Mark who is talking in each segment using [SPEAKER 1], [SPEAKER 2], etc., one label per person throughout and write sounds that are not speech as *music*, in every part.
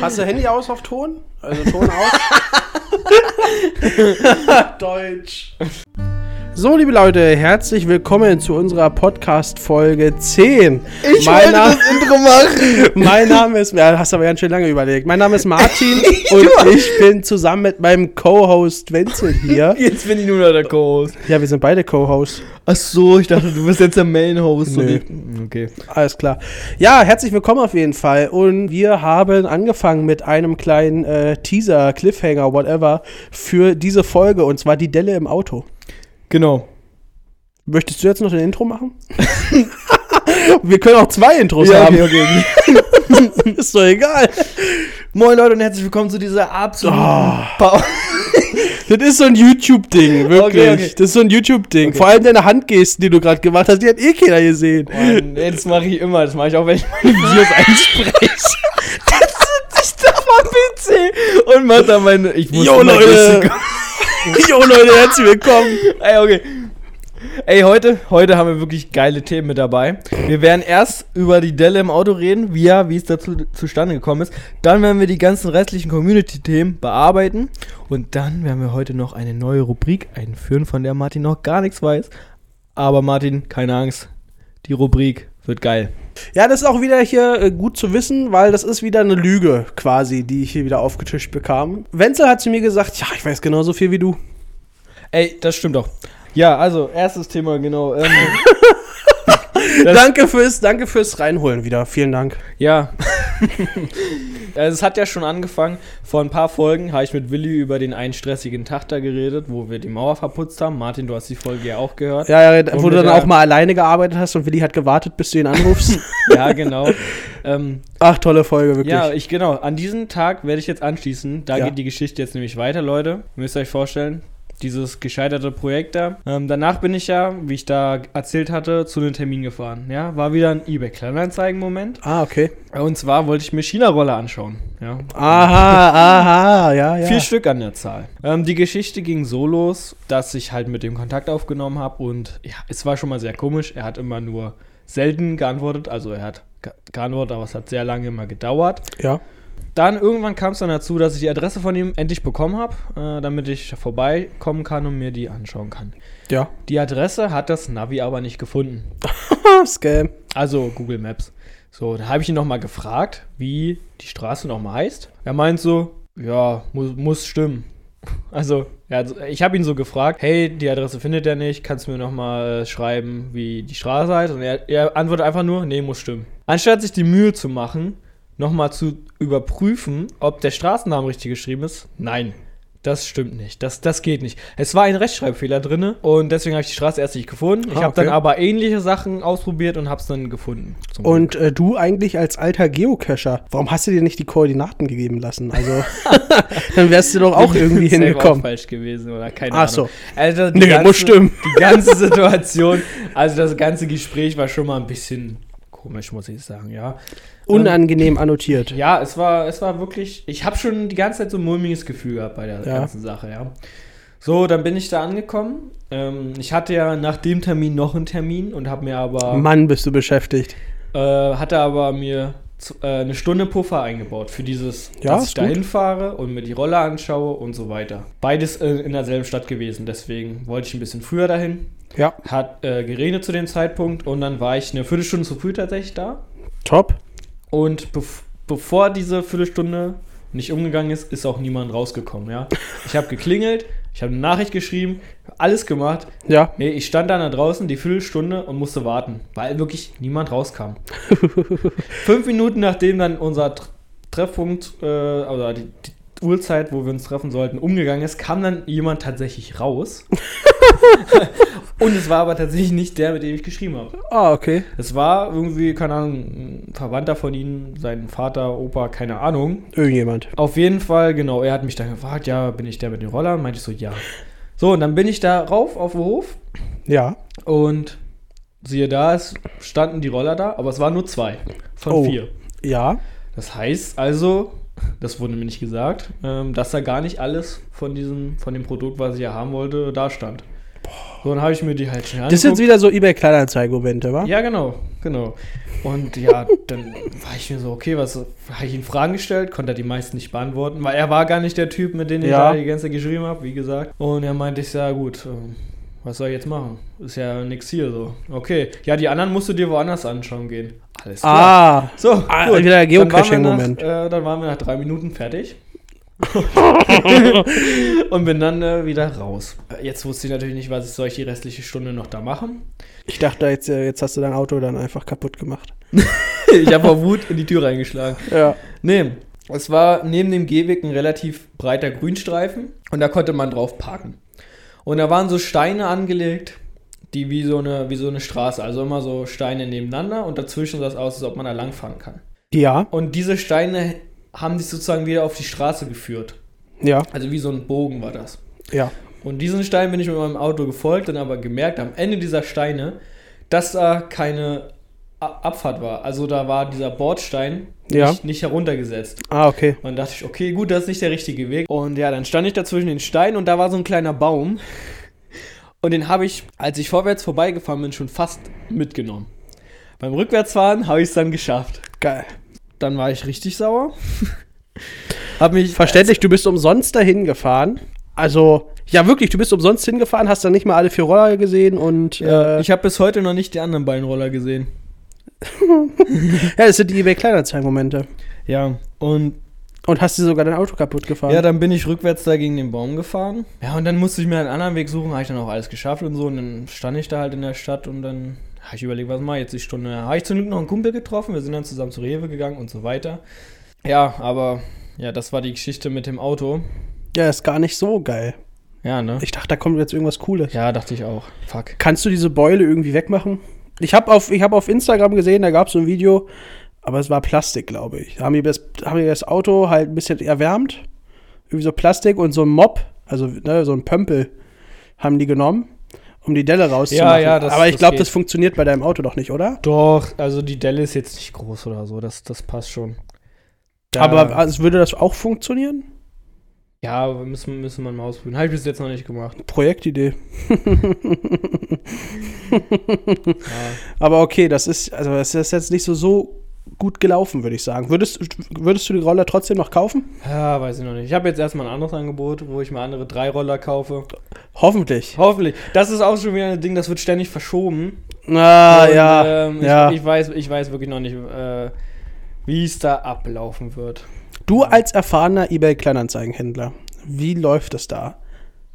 [SPEAKER 1] Hast du Handy aus auf Ton? Also Ton
[SPEAKER 2] *laughs*
[SPEAKER 1] aus? Deutsch. So, liebe Leute, herzlich willkommen zu unserer Podcast-Folge 10.
[SPEAKER 2] Ich
[SPEAKER 1] mein,
[SPEAKER 2] wollte
[SPEAKER 1] Na
[SPEAKER 2] das Intro machen. *laughs*
[SPEAKER 1] mein Name ist, ja, hast aber ganz schön lange überlegt. Mein Name ist Martin und ich bin zusammen mit meinem Co-Host Wenzel
[SPEAKER 2] *laughs*
[SPEAKER 1] hier.
[SPEAKER 2] Jetzt bin ich nur noch der Co-Host.
[SPEAKER 1] Ja, wir sind beide Co-Hosts.
[SPEAKER 2] Ach so, ich dachte, du bist jetzt der Main-Host. so
[SPEAKER 1] Nö.
[SPEAKER 2] die- Hm, Okay.
[SPEAKER 1] Alles klar. Ja, herzlich willkommen auf jeden Fall. Und wir haben angefangen mit einem kleinen äh, Teaser, Cliffhanger, whatever, für diese Folge. Und zwar die Delle im Auto.
[SPEAKER 2] Genau.
[SPEAKER 1] Möchtest du jetzt noch ein Intro
[SPEAKER 2] *laughs*
[SPEAKER 1] machen? wir können auch zwei Intros
[SPEAKER 2] Ja, ähm,
[SPEAKER 1] haben.
[SPEAKER 2] okay, okay.
[SPEAKER 1] Ist doch egal.
[SPEAKER 2] Moin Leute und herzlich willkommen zu dieser absoluten Power.
[SPEAKER 1] Das ist so ein YouTube-Ding, wirklich.
[SPEAKER 2] Okay, okay.
[SPEAKER 1] Das ist so ein YouTube-Ding.
[SPEAKER 2] Okay.
[SPEAKER 1] Vor allem deine Handgesten, die du gerade gemacht hast, die hat eh keiner gesehen.
[SPEAKER 2] Mann, jetzt mache ich immer, das mache ich auch, wenn ich *laughs* meine Videos einspreche. Das sitze ich da am PC und mache da meine. Ich muss
[SPEAKER 1] Jo, *laughs*
[SPEAKER 2] immer
[SPEAKER 1] Leute.
[SPEAKER 2] Gestikulation-
[SPEAKER 1] Jo, Leute, herzlich willkommen.
[SPEAKER 2] Ey, okay. Ey, heute, heute haben wir wirklich geile Themen mit dabei. Wir werden erst über die Delle im Auto reden, wie, ja, wie es dazu zustande gekommen ist. Dann werden wir die ganzen restlichen Community-Themen bearbeiten. Und dann werden wir heute noch eine neue Rubrik einführen, von der Martin noch gar nichts weiß. Aber Martin, keine Angst, die Rubrik wird geil.
[SPEAKER 1] Ja, das ist auch wieder hier äh, gut zu wissen, weil das ist wieder eine Lüge quasi, die ich hier wieder aufgetischt bekam. Wenzel hat zu mir gesagt, ja, ich weiß genauso viel wie du.
[SPEAKER 2] Ey, das stimmt doch. Ja, also, erstes Thema, genau. Ähm, Das-
[SPEAKER 1] Danke fürs, danke fürs Reinholen wieder. Vielen Dank.
[SPEAKER 2] Ja. *laughs* also es hat ja schon angefangen. Vor ein paar Folgen habe ich mit Willi über den einen stressigen Tag da geredet, wo wir die Mauer verputzt haben. Martin, du hast die Folge ja
[SPEAKER 1] *laughs*
[SPEAKER 2] auch gehört.
[SPEAKER 1] Ja, ja, wo
[SPEAKER 2] Und
[SPEAKER 1] du
[SPEAKER 2] mit
[SPEAKER 1] dann
[SPEAKER 2] der-
[SPEAKER 1] auch mal alleine gearbeitet hast und Willi hat gewartet, bis du ihn anrufst.
[SPEAKER 2] Ja, genau. ähm,
[SPEAKER 1] *laughs* Ach, tolle Folge, wirklich.
[SPEAKER 2] ja, ich genau. An diesen Tag werde ich jetzt anschließen. Da
[SPEAKER 1] Ja.
[SPEAKER 2] geht die Geschichte jetzt nämlich weiter, Leute. Müsst ihr euch vorstellen. Dieses gescheiterte Projekt da. Ähm, danach bin ich ja, wie ich da erzählt hatte, zu einem Termin gefahren. Ja, war wieder ein eBay-Kleinanzeigen-Moment.
[SPEAKER 1] Ah, okay.
[SPEAKER 2] Und zwar wollte ich mir China-Roller anschauen. Ja,
[SPEAKER 1] Aha, aha, ja, ja.
[SPEAKER 2] Vier Stück an der Zahl. Ähm, die Geschichte ging so los, dass ich halt mit dem Kontakt aufgenommen habe und ja, es war schon mal sehr komisch. Er hat immer nur selten geantwortet, also er hat ge- geantwortet, aber es hat sehr lange immer gedauert.
[SPEAKER 1] ja.
[SPEAKER 2] Dann irgendwann kam es dann dazu, dass ich die Adresse von ihm endlich bekommen habe, äh, damit ich vorbeikommen kann und mir die anschauen kann.
[SPEAKER 1] Ja.
[SPEAKER 2] Die Adresse hat das Navi aber nicht gefunden.
[SPEAKER 1] Ah, Scam.
[SPEAKER 2] Also Google Maps. So, dann habe ich ihn nochmal gefragt, wie die Straße nochmal heißt. Er meint so, ja, muss, muss stimmen. *laughs* Also, ja, also ich habe ihn so gefragt, hey, die Adresse findet er nicht, kannst du mir nochmal schreiben, wie die Straße heißt? Und er, er antwortet einfach nur, nee, muss stimmen. Anstatt sich die Mühe zu machen, nochmal zu überprüfen, ob der Straßenname richtig geschrieben ist, nein. Das stimmt nicht. Das, das geht nicht. Es war ein Rechtschreibfehler drin und deswegen habe ich die Straße erst nicht gefunden. Ich
[SPEAKER 1] Ah,
[SPEAKER 2] habe dann
[SPEAKER 1] okay.
[SPEAKER 2] aber ähnliche Sachen ausprobiert und habe es dann gefunden. Zum
[SPEAKER 1] Und äh, du eigentlich als alter Geocacher, warum hast du dir nicht die Koordinaten gegeben lassen? *laughs* Also, dann wärst du doch *laughs* auch
[SPEAKER 2] *laughs*
[SPEAKER 1] irgendwie
[SPEAKER 2] Safe Auch
[SPEAKER 1] hingekommen.
[SPEAKER 2] falsch gewesen oder keine
[SPEAKER 1] Ach
[SPEAKER 2] Ahnung.
[SPEAKER 1] so.
[SPEAKER 2] Also die
[SPEAKER 1] Nee, muss stimmen.
[SPEAKER 2] Die
[SPEAKER 1] *laughs*
[SPEAKER 2] ganze Situation, also das ganze Gespräch war schon mal ein bisschen komisch, muss ich sagen, ja.
[SPEAKER 1] Unangenehm annotiert.
[SPEAKER 2] Ja, es war, es war wirklich, ich habe schon die ganze Zeit so ein mulmiges Gefühl gehabt bei der
[SPEAKER 1] Ja.
[SPEAKER 2] ganzen Sache, ja. So, dann bin ich da angekommen. Ähm, ich hatte ja nach dem Termin noch einen Termin und habe mir aber,
[SPEAKER 1] Mann, bist du beschäftigt.
[SPEAKER 2] äh, hatte aber mir z- äh, eine Stunde Puffer eingebaut für dieses,
[SPEAKER 1] Ja,
[SPEAKER 2] dass
[SPEAKER 1] ist
[SPEAKER 2] ich da
[SPEAKER 1] gut.
[SPEAKER 2] hinfahre und mir die Roller anschaue und so weiter. Beides äh, in derselben Stadt gewesen, deswegen wollte ich ein bisschen früher dahin.
[SPEAKER 1] Ja,
[SPEAKER 2] Hat äh, geregnet zu dem Zeitpunkt und dann war ich eine Viertelstunde zu früh tatsächlich da.
[SPEAKER 1] top.
[SPEAKER 2] Und bev bevor diese Viertelstunde nicht umgegangen ist, ist auch niemand rausgekommen, ja. Ich habe geklingelt, ich habe eine Nachricht geschrieben, alles gemacht.
[SPEAKER 1] Ja.
[SPEAKER 2] Nee, ich stand dann da draußen die Viertelstunde und musste warten, weil wirklich niemand rauskam. Fünf Minuten nachdem dann unser Tr- Treffpunkt äh, oder die, die Uhrzeit, wo wir uns treffen sollten, umgegangen ist, kam dann jemand tatsächlich raus. und es war aber tatsächlich nicht der, mit dem ich geschrieben habe.
[SPEAKER 1] Ah, okay.
[SPEAKER 2] Es war irgendwie, keine Ahnung, ein Verwandter von ihnen, sein Vater, Opa, keine Ahnung.
[SPEAKER 1] Irgendjemand.
[SPEAKER 2] Auf jeden Fall, genau, er hat mich dann gefragt, ja, bin ich der mit den Rollern? Meinte ich so, ja. So, und dann bin ich da rauf auf den Hof
[SPEAKER 1] Ja.
[SPEAKER 2] und siehe da, es standen die Roller da, aber es waren nur zwei von
[SPEAKER 1] Oh.
[SPEAKER 2] vier.
[SPEAKER 1] Ja.
[SPEAKER 2] Das heißt also, das wurde mir nicht gesagt, ähm, dass da gar nicht alles von diesem, von dem Produkt, was ich ja haben wollte, da stand. So, dann habe ich mir die halt schnell
[SPEAKER 1] Das sind jetzt
[SPEAKER 2] angeguckt.
[SPEAKER 1] wieder so eBay-Kleinanzeigen-Momente, wa?
[SPEAKER 2] Ja, genau, genau. Und ja, dann war ich mir so, okay, was habe ich ihm Fragen gestellt, konnte er die meisten nicht beantworten, weil er war gar nicht der Typ, mit dem ich
[SPEAKER 1] Ja.
[SPEAKER 2] da die ganze Zeit geschrieben habe, wie gesagt. Und er meinte ich, so, ja gut, ähm, was soll ich jetzt machen? Ist ja nix hier so. Okay, ja, die anderen musst du dir woanders anschauen gehen. Alles klar.
[SPEAKER 1] Ah,
[SPEAKER 2] So,
[SPEAKER 1] Ah,
[SPEAKER 2] gut.
[SPEAKER 1] wieder
[SPEAKER 2] Dann waren wir nach-
[SPEAKER 1] Geocaching-Moment.
[SPEAKER 2] Äh, dann waren wir nach drei
[SPEAKER 1] *laughs*
[SPEAKER 2] Minuten fertig. und bin dann äh, wieder raus. Jetzt wusste ich natürlich nicht, was ich soll ich die restliche Stunde noch da machen.
[SPEAKER 1] ich dachte, jetzt, äh, jetzt hast du dein Auto dann einfach kaputt gemacht.
[SPEAKER 2] ich habe vor Wut in die Tür reingeschlagen.
[SPEAKER 1] Ja.
[SPEAKER 2] Nee, es war neben dem Gehweg ein relativ breiter Grünstreifen und da konnte man drauf parken. Und da waren so Steine angelegt, die wie so eine, wie so eine Straße, also immer so Steine nebeneinander und dazwischen sah es aus, als ob man da langfahren kann.
[SPEAKER 1] Ja,
[SPEAKER 2] Und diese Steine haben sich sozusagen wieder auf die Straße geführt.
[SPEAKER 1] ja,
[SPEAKER 2] Also wie so ein Bogen war das.
[SPEAKER 1] ja.
[SPEAKER 2] Und diesen Stein bin ich mit meinem Auto gefolgt und aber gemerkt am Ende dieser Steine, dass da keine A- Abfahrt war. Also da war dieser Bordstein
[SPEAKER 1] Ja.
[SPEAKER 2] nicht, nicht heruntergesetzt.
[SPEAKER 1] Ah, okay.
[SPEAKER 2] Und dachte ich, okay, gut, das ist nicht der richtige Weg. Und ja, dann stand ich da zwischen den Steinen und da war so ein kleiner Baum. *laughs* Und den habe ich, als ich vorwärts vorbeigefahren bin, schon fast mitgenommen. Beim Rückwärtsfahren habe ich es dann geschafft.
[SPEAKER 1] Geil.
[SPEAKER 2] Dann war ich richtig sauer. *laughs* hab mich
[SPEAKER 1] Verständlich, du bist umsonst dahin gefahren. Also, ja, wirklich, du bist umsonst hingefahren, hast dann nicht mal alle vier Roller gesehen und.
[SPEAKER 2] Ja,
[SPEAKER 1] äh,
[SPEAKER 2] ich habe bis heute noch nicht die anderen beiden Roller gesehen.
[SPEAKER 1] Ja, das sind die eBay-Kleinanzeigen-Momente.
[SPEAKER 2] Ja, und
[SPEAKER 1] Und hast dir sogar dein Auto kaputt gefahren.
[SPEAKER 2] ja, dann bin ich rückwärts da gegen den Baum gefahren. Ja, und dann musste ich mir einen anderen Weg suchen, habe ich dann auch alles geschafft und so. Und dann stand ich da halt in der Stadt und dann habe ich überlegt, was mache ich jetzt die Stunde. Ja, Habe ich zum Glück noch einen Kumpel getroffen, wir sind dann zusammen zu Rewe gegangen und so weiter. Ja, aber ja, das war die Geschichte mit dem Auto.
[SPEAKER 1] ja, ist gar nicht so geil.
[SPEAKER 2] Ja, ne?
[SPEAKER 1] Ich dachte, da kommt jetzt irgendwas Cooles.
[SPEAKER 2] Ja, dachte ich auch. Fuck.
[SPEAKER 1] Kannst du diese Beule irgendwie wegmachen? Ich habe auf, ich hab auf Instagram gesehen, da gab es so ein Video, aber es war Plastik, glaube ich. Da haben die, das, haben die das Auto halt ein bisschen erwärmt. Irgendwie so Plastik und so ein Mob, also ne, so ein Pömpel, haben die genommen, um die Delle rauszumachen.
[SPEAKER 2] ja, das-
[SPEAKER 1] aber ich
[SPEAKER 2] das
[SPEAKER 1] glaube,
[SPEAKER 2] geht.
[SPEAKER 1] das funktioniert bei deinem Auto doch nicht, oder?
[SPEAKER 2] Doch, also die Delle ist jetzt nicht groß oder so, das, das passt schon. Da-
[SPEAKER 1] Aber also, würde das auch funktionieren?
[SPEAKER 2] ja, müssen, müssen wir mal ausprobieren. Habe ich bis jetzt noch nicht gemacht. *laughs*
[SPEAKER 1] Projektidee.
[SPEAKER 2] Ja.
[SPEAKER 1] Aber okay, das ist, also das ist jetzt nicht so, so gut gelaufen, würde ich sagen. Würdest, würdest du die Roller trotzdem noch kaufen?
[SPEAKER 2] Ja, weiß ich noch nicht. Ich habe jetzt erstmal ein anderes Angebot, wo ich mir andere drei Roller kaufe.
[SPEAKER 1] Hoffentlich.
[SPEAKER 2] Hoffentlich. Das ist auch schon wieder ein Ding, das wird ständig verschoben.
[SPEAKER 1] Ah,
[SPEAKER 2] Und,
[SPEAKER 1] ja.
[SPEAKER 2] Ähm,
[SPEAKER 1] ja.
[SPEAKER 2] Ich, ich, weiß, ich weiß wirklich noch nicht, äh, wie es da ablaufen wird.
[SPEAKER 1] du als erfahrener eBay-Kleinanzeigenhändler, wie läuft es da?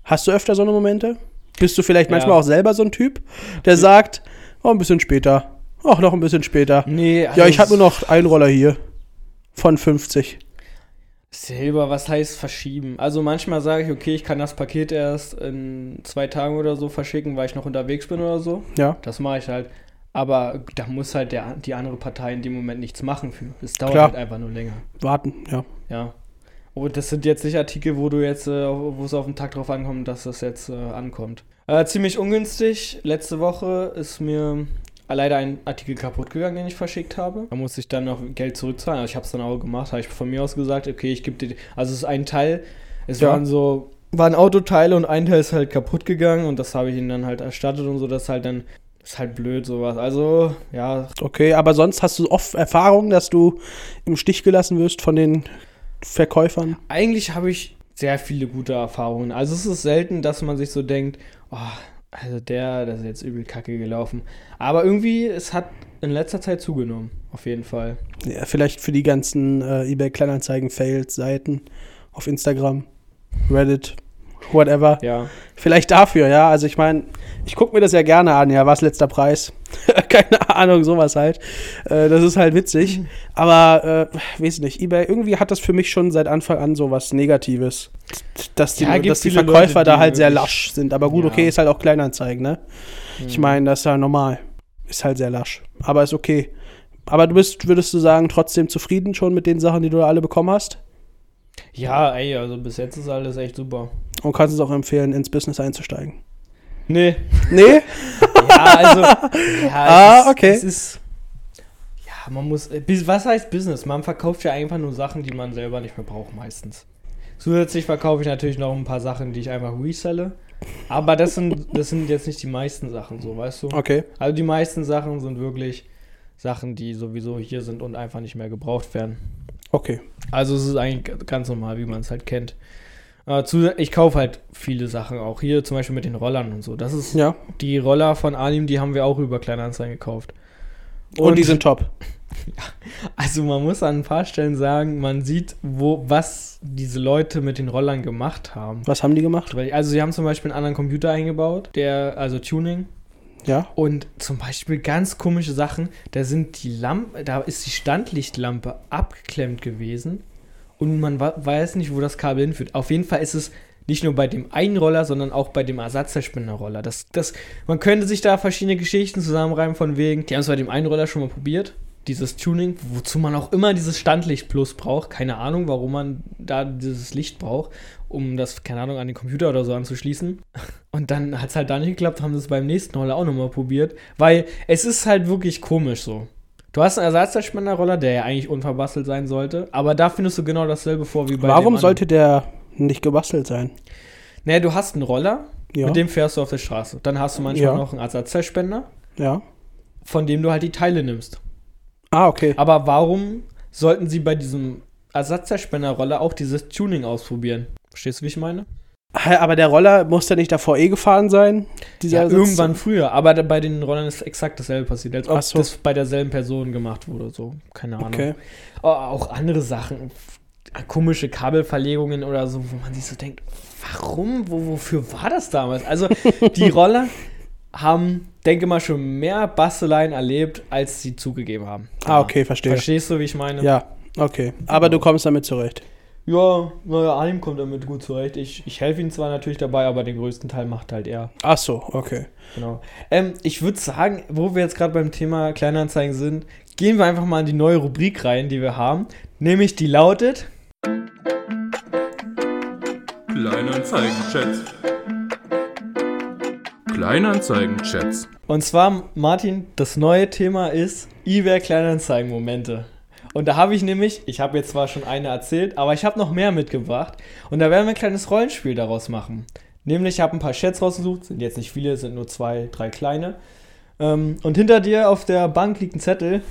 [SPEAKER 1] Hast du öfter so eine Momente? Bist du vielleicht
[SPEAKER 2] Ja.
[SPEAKER 1] manchmal auch selber so ein Typ, der sagt, oh, ein bisschen später, ach, noch ein bisschen später.
[SPEAKER 2] Nee, also
[SPEAKER 1] Ja, ich habe nur noch einen Roller hier von 50.
[SPEAKER 2] Silber, was heißt verschieben? Also manchmal sage ich, okay, ich kann das Paket erst in zwei Tagen oder so verschicken, weil ich noch unterwegs bin oder so.
[SPEAKER 1] Ja,
[SPEAKER 2] Das mache ich halt. Aber da muss halt der, die andere Partei in dem Moment nichts machen für. Es dauert
[SPEAKER 1] Klar.
[SPEAKER 2] halt einfach nur länger.
[SPEAKER 1] warten, ja.
[SPEAKER 2] Ja. Und das sind jetzt nicht Artikel, wo du jetzt, äh, wo es auf den Tag drauf ankommt, dass das jetzt äh, ankommt. Äh, ziemlich ungünstig. Letzte Woche ist mir leider ein Artikel kaputt gegangen, den ich verschickt habe. Da musste ich dann noch Geld zurückzahlen. Also ich habe es dann auch gemacht. Habe ich von mir aus gesagt, okay, ich gebe dir. Also es ist ein Teil. Es
[SPEAKER 1] Ja.
[SPEAKER 2] waren so waren Autoteile und ein Teil ist halt kaputt gegangen und das habe ich ihnen dann halt erstattet und so. Das ist halt dann ist halt blöd sowas. Also ja,
[SPEAKER 1] Okay, aber sonst hast du oft Erfahrung, dass du im Stich gelassen wirst von den Verkäufern?
[SPEAKER 2] eigentlich habe ich sehr viele gute Erfahrungen. Also es ist selten, dass man sich so denkt, oh, also der, das ist jetzt übel kacke gelaufen. Aber irgendwie, es hat in letzter Zeit zugenommen, auf jeden Fall.
[SPEAKER 1] Ja, vielleicht für die ganzen äh, eBay-Kleinanzeigen-Fails-Seiten auf Instagram, Reddit, whatever.
[SPEAKER 2] Ja.
[SPEAKER 1] Vielleicht dafür, ja. Also ich meine, ich gucke mir das ja gerne an, ja, was letzter Preis. *laughs* Keine Ahnung, sowas halt. Äh, das ist halt
[SPEAKER 2] Mhm.
[SPEAKER 1] witzig. Aber äh, weiß nicht, eBay, irgendwie hat das für mich schon seit Anfang an so was Negatives. Dass die,
[SPEAKER 2] Ja, gibt
[SPEAKER 1] dass die
[SPEAKER 2] viele
[SPEAKER 1] Verkäufer
[SPEAKER 2] Leute,
[SPEAKER 1] da
[SPEAKER 2] die
[SPEAKER 1] halt sehr
[SPEAKER 2] wirklich-
[SPEAKER 1] lasch sind. Aber gut,
[SPEAKER 2] Ja. Mhm.
[SPEAKER 1] okay, ist halt auch Kleinanzeigen, ne? Ich meine, das ist ja normal. Ist halt sehr lasch. Aber ist okay. Aber du bist, würdest du sagen, trotzdem zufrieden schon mit den Sachen, die du da alle bekommen hast?
[SPEAKER 2] Ja, ey, also bis jetzt ist alles echt super.
[SPEAKER 1] Und kannst es auch empfehlen, ins Business
[SPEAKER 2] *laughs*
[SPEAKER 1] einzusteigen?
[SPEAKER 2] Nee.
[SPEAKER 1] Nee?
[SPEAKER 2] Ja,
[SPEAKER 1] *laughs*
[SPEAKER 2] also. ja,
[SPEAKER 1] Ah,
[SPEAKER 2] es ist,
[SPEAKER 1] okay.
[SPEAKER 2] Es ist. Ja, man muss. äh, bis- Was heißt Business? Man verkauft ja einfach nur Sachen, die man selber nicht mehr braucht, meistens. Zusätzlich verkaufe ich natürlich noch ein paar Sachen, die ich einfach reselle. Aber das sind, das sind jetzt nicht die meisten Sachen, so weißt du?
[SPEAKER 1] Okay.
[SPEAKER 2] Also die meisten Sachen sind wirklich Sachen, die sowieso hier sind und einfach nicht mehr gebraucht werden.
[SPEAKER 1] Okay.
[SPEAKER 2] Also es ist eigentlich g- ganz normal, wie man es halt kennt. Äh, zu, ich kaufe halt viele Sachen, auch hier zum Beispiel mit den Rollern und so. Das ist
[SPEAKER 1] Ja.
[SPEAKER 2] die Roller von Anim, die haben wir auch über Kleinanzeigen gekauft.
[SPEAKER 1] Und, die sind top.
[SPEAKER 2] Also man muss an ein paar Stellen sagen, man sieht, wo, was diese Leute mit den Rollern gemacht haben.
[SPEAKER 1] Was haben die gemacht?
[SPEAKER 2] Weil- Also sie haben zum Beispiel einen anderen Computer eingebaut, der, also Tuning.
[SPEAKER 1] Ja.
[SPEAKER 2] Und zum Beispiel ganz komische Sachen, da sind die Lampe, da ist die Standlichtlampe abgeklemmt gewesen und man wa- weiß nicht, wo das Kabel hinführt. Auf jeden Fall ist es nicht nur bei dem einen Roller, sondern auch bei dem Ersatzverspinnerroller. Das, das, man könnte sich da verschiedene Geschichten zusammenreimen von wegen, die haben es bei dem einen Roller schon mal probiert, dieses Tuning, wozu man auch immer dieses Standlicht plus braucht. Keine Ahnung, warum man da dieses Licht braucht, um das, keine Ahnung, an den Computer oder so anzuschließen. Und dann hat es halt da nicht geklappt, haben sie es beim nächsten Roller auch nochmal probiert. Weil es ist halt wirklich komisch so. Du hast einen Ersatzverspinnerroller, der ja eigentlich unverbastelt sein sollte, aber da findest du genau dasselbe vor wie bei dem
[SPEAKER 1] Warum
[SPEAKER 2] anderen.
[SPEAKER 1] sollte der nicht gebastelt sein?
[SPEAKER 2] Naja, du hast einen Roller,
[SPEAKER 1] Ja.
[SPEAKER 2] mit dem fährst du auf der Straße. Dann hast du manchmal
[SPEAKER 1] Ja.
[SPEAKER 2] noch einen Ersatzverspender,
[SPEAKER 1] ja.
[SPEAKER 2] von dem du halt die Teile nimmst.
[SPEAKER 1] Ah, okay.
[SPEAKER 2] Aber warum sollten sie bei diesem Ersatzverspenderroller auch dieses Tuning ausprobieren? Verstehst du, wie ich meine?
[SPEAKER 1] Hä, Aber der Roller muss der nicht davor eh gefahren sein? Dieser
[SPEAKER 2] Ja,
[SPEAKER 1] Ersatz-
[SPEAKER 2] irgendwann früher. Aber da- bei den Rollern ist exakt dasselbe passiert, als ob
[SPEAKER 1] Ach so.
[SPEAKER 2] das bei derselben Person gemacht wurde. So, keine Ahnung.
[SPEAKER 1] Okay.
[SPEAKER 2] Au- Äh, Auch andere Sachen, f- komische Kabelverlegungen oder so, wo man sich so denkt, warum, wo, wofür war das damals? Also
[SPEAKER 1] *laughs*
[SPEAKER 2] die Roller haben, denke mal, schon mehr Basteleien erlebt, als sie zugegeben haben.
[SPEAKER 1] Ah, okay, verstehe.
[SPEAKER 2] Verstehst du, wie ich meine?
[SPEAKER 1] Ja, okay. Aber du kommst damit zurecht.
[SPEAKER 2] ja naja, Anim kommt damit gut zurecht. Ich, ich helfe ihm zwar natürlich dabei, aber den größten Teil macht halt er.
[SPEAKER 1] Ach so, okay.
[SPEAKER 2] Genau. Ähm, ich würde sagen, wo wir jetzt gerade beim Thema Kleinanzeigen sind, gehen wir einfach mal in die neue Rubrik rein, die wir haben. Nämlich die lautet.
[SPEAKER 3] Kleinanzeigen-Chats. Kleinanzeigen-Chats.
[SPEAKER 2] Und zwar, Martin, das neue Thema ist eBay Kleinanzeigen-Momente. Und da habe ich nämlich, ich habe jetzt zwar schon eine erzählt, aber ich habe noch mehr mitgebracht. Und da werden wir ein kleines Rollenspiel daraus machen. Nämlich, ich habe ein paar Chats rausgesucht, sind jetzt nicht viele, sind nur zwei, drei kleine. Ähm, und hinter dir auf der Bank liegt ein Zettel,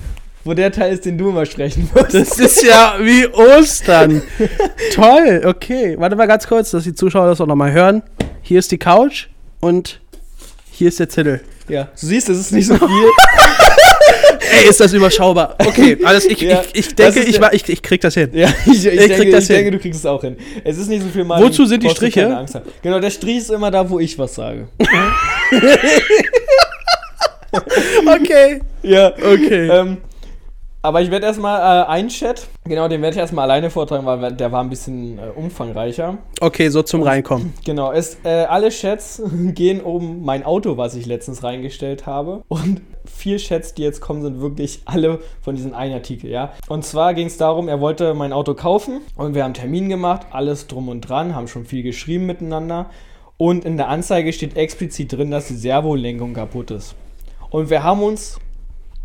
[SPEAKER 2] wo der Teil ist, den du immer sprechen *laughs* würdest.
[SPEAKER 1] Das ist ja wie *laughs* Ostern. Toll, okay. Warte mal ganz kurz, dass die Zuschauer das auch nochmal hören. Hier ist die Couch und hier ist der Zettel.
[SPEAKER 2] Ja, du siehst, es ist nicht so viel.
[SPEAKER 1] *laughs* Ey, ist das überschaubar. Okay, alles, ich,
[SPEAKER 2] Ja,
[SPEAKER 1] ich, ich
[SPEAKER 2] das
[SPEAKER 1] denke,
[SPEAKER 2] ist
[SPEAKER 1] ich,
[SPEAKER 2] der-
[SPEAKER 1] ma- ich, ich krieg das hin.
[SPEAKER 2] ja, ich, ich,
[SPEAKER 1] krieg
[SPEAKER 2] denke,
[SPEAKER 1] das
[SPEAKER 2] ich denke,
[SPEAKER 1] hin.
[SPEAKER 2] du kriegst es auch hin. Es ist nicht so viel Martin,
[SPEAKER 1] Wozu sind die
[SPEAKER 2] brauchst du
[SPEAKER 1] Striche?
[SPEAKER 2] keine Angst haben. Genau, der Strich ist immer da, wo ich was sage.
[SPEAKER 1] Okay,
[SPEAKER 2] *laughs* ja,
[SPEAKER 1] okay.
[SPEAKER 2] ähm, aber ich werde erstmal äh, einen Chat, genau, den werde ich erstmal alleine vortragen, weil der war ein bisschen äh, umfangreicher.
[SPEAKER 1] Okay, so zum Reinkommen.
[SPEAKER 2] Genau, es, äh, alle Chats *laughs* gehen um mein Auto, was ich letztens reingestellt habe. Und vier Chats, die jetzt kommen, sind wirklich alle von diesem einen Artikel, ja. Und zwar ging es darum, er wollte mein Auto kaufen und wir haben einen Termin gemacht, alles drum und dran, haben schon viel geschrieben miteinander. Und in der Anzeige steht explizit drin, dass die Servolenkung kaputt ist. Und wir haben uns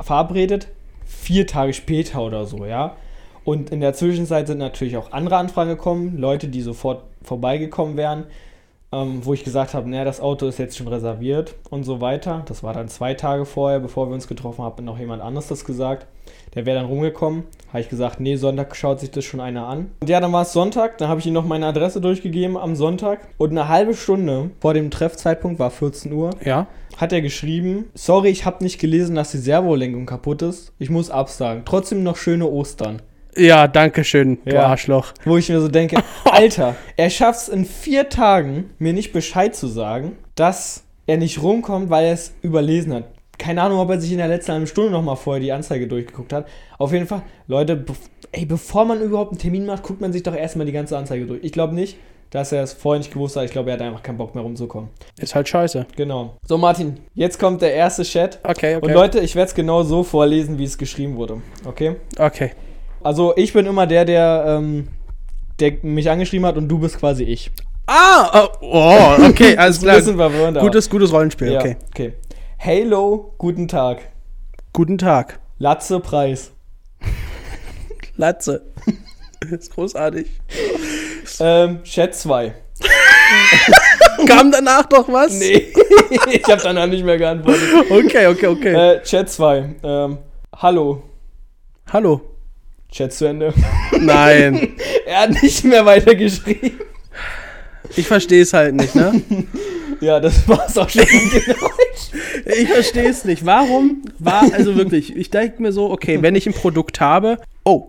[SPEAKER 2] verabredet, vier Tage später oder so, ja. Und in der Zwischenzeit sind natürlich auch andere Anfragen gekommen, Leute, die sofort vorbeigekommen wären, ähm, wo ich gesagt habe, naja, das Auto ist jetzt schon reserviert und so weiter. Das war dann zwei Tage vorher, bevor wir uns getroffen haben, hat noch jemand anderes das gesagt. Der wäre dann rumgekommen, habe ich gesagt, nee, Sonntag schaut sich das schon einer an. Und ja, dann war es Sonntag, dann habe ich ihm noch meine Adresse durchgegeben am Sonntag. Und eine halbe Stunde vor dem Treffzeitpunkt war 14 Uhr,
[SPEAKER 1] Ja.
[SPEAKER 2] hat er geschrieben, sorry, ich habe nicht gelesen, dass die Servolenkung kaputt ist. Ich muss absagen. Trotzdem noch schöne Ostern.
[SPEAKER 1] Ja, danke schön, du
[SPEAKER 2] Ja.
[SPEAKER 1] Arschloch.
[SPEAKER 2] Wo ich mir so denke, Alter, er schafft es in vier Tagen, mir nicht Bescheid zu sagen, dass er nicht rumkommt, weil er es überlesen hat. Keine Ahnung, ob er sich in der letzten halben Stunde nochmal vorher die Anzeige durchgeguckt hat. Auf jeden Fall, Leute, be ey, bevor man überhaupt einen Termin macht, guckt man sich doch erstmal die ganze Anzeige durch. Ich glaube nicht, dass er es vorher nicht gewusst hat. Ich glaube, er hat einfach keinen Bock mehr rumzukommen.
[SPEAKER 1] Ist halt scheiße.
[SPEAKER 2] Genau. So, Martin, jetzt kommt der erste Chat.
[SPEAKER 1] Okay,
[SPEAKER 2] Und Leute, ich werde es genau so vorlesen, wie es geschrieben wurde. Okay?
[SPEAKER 1] okay.
[SPEAKER 2] Also ich bin immer der, der, ähm, der mich angeschrieben hat und du bist quasi ich.
[SPEAKER 1] Ah, oh, oh,
[SPEAKER 2] *laughs*
[SPEAKER 1] okay, alles
[SPEAKER 2] Ein
[SPEAKER 1] klar.
[SPEAKER 2] bisschen verwirrend. aber-
[SPEAKER 1] Gutes, gutes Rollenspiel,
[SPEAKER 2] ja,
[SPEAKER 1] okay.
[SPEAKER 2] okay. okay. Halo, guten Tag.
[SPEAKER 1] Guten Tag.
[SPEAKER 2] Latze Preis.
[SPEAKER 1] *laughs* Latze. ist großartig.
[SPEAKER 2] Ähm, Chat 2.
[SPEAKER 1] Kam danach doch was?
[SPEAKER 2] Nee, *laughs* ich habe danach nicht mehr geantwortet.
[SPEAKER 1] *laughs* Okay, okay, okay.
[SPEAKER 2] Äh, Chat 2. Ähm, hallo.
[SPEAKER 1] Hallo.
[SPEAKER 2] Chat zu Ende. *laughs*
[SPEAKER 1] Nein.
[SPEAKER 2] er hat nicht mehr weitergeschrieben.
[SPEAKER 1] Ich verstehe es halt nicht, ne?
[SPEAKER 2] Ja, das war's auch schon. mit dem Geräusch.
[SPEAKER 1] Ich verstehe es nicht. Warum war, also wirklich, ich denke mir so, okay, wenn ich ein Produkt habe, oh,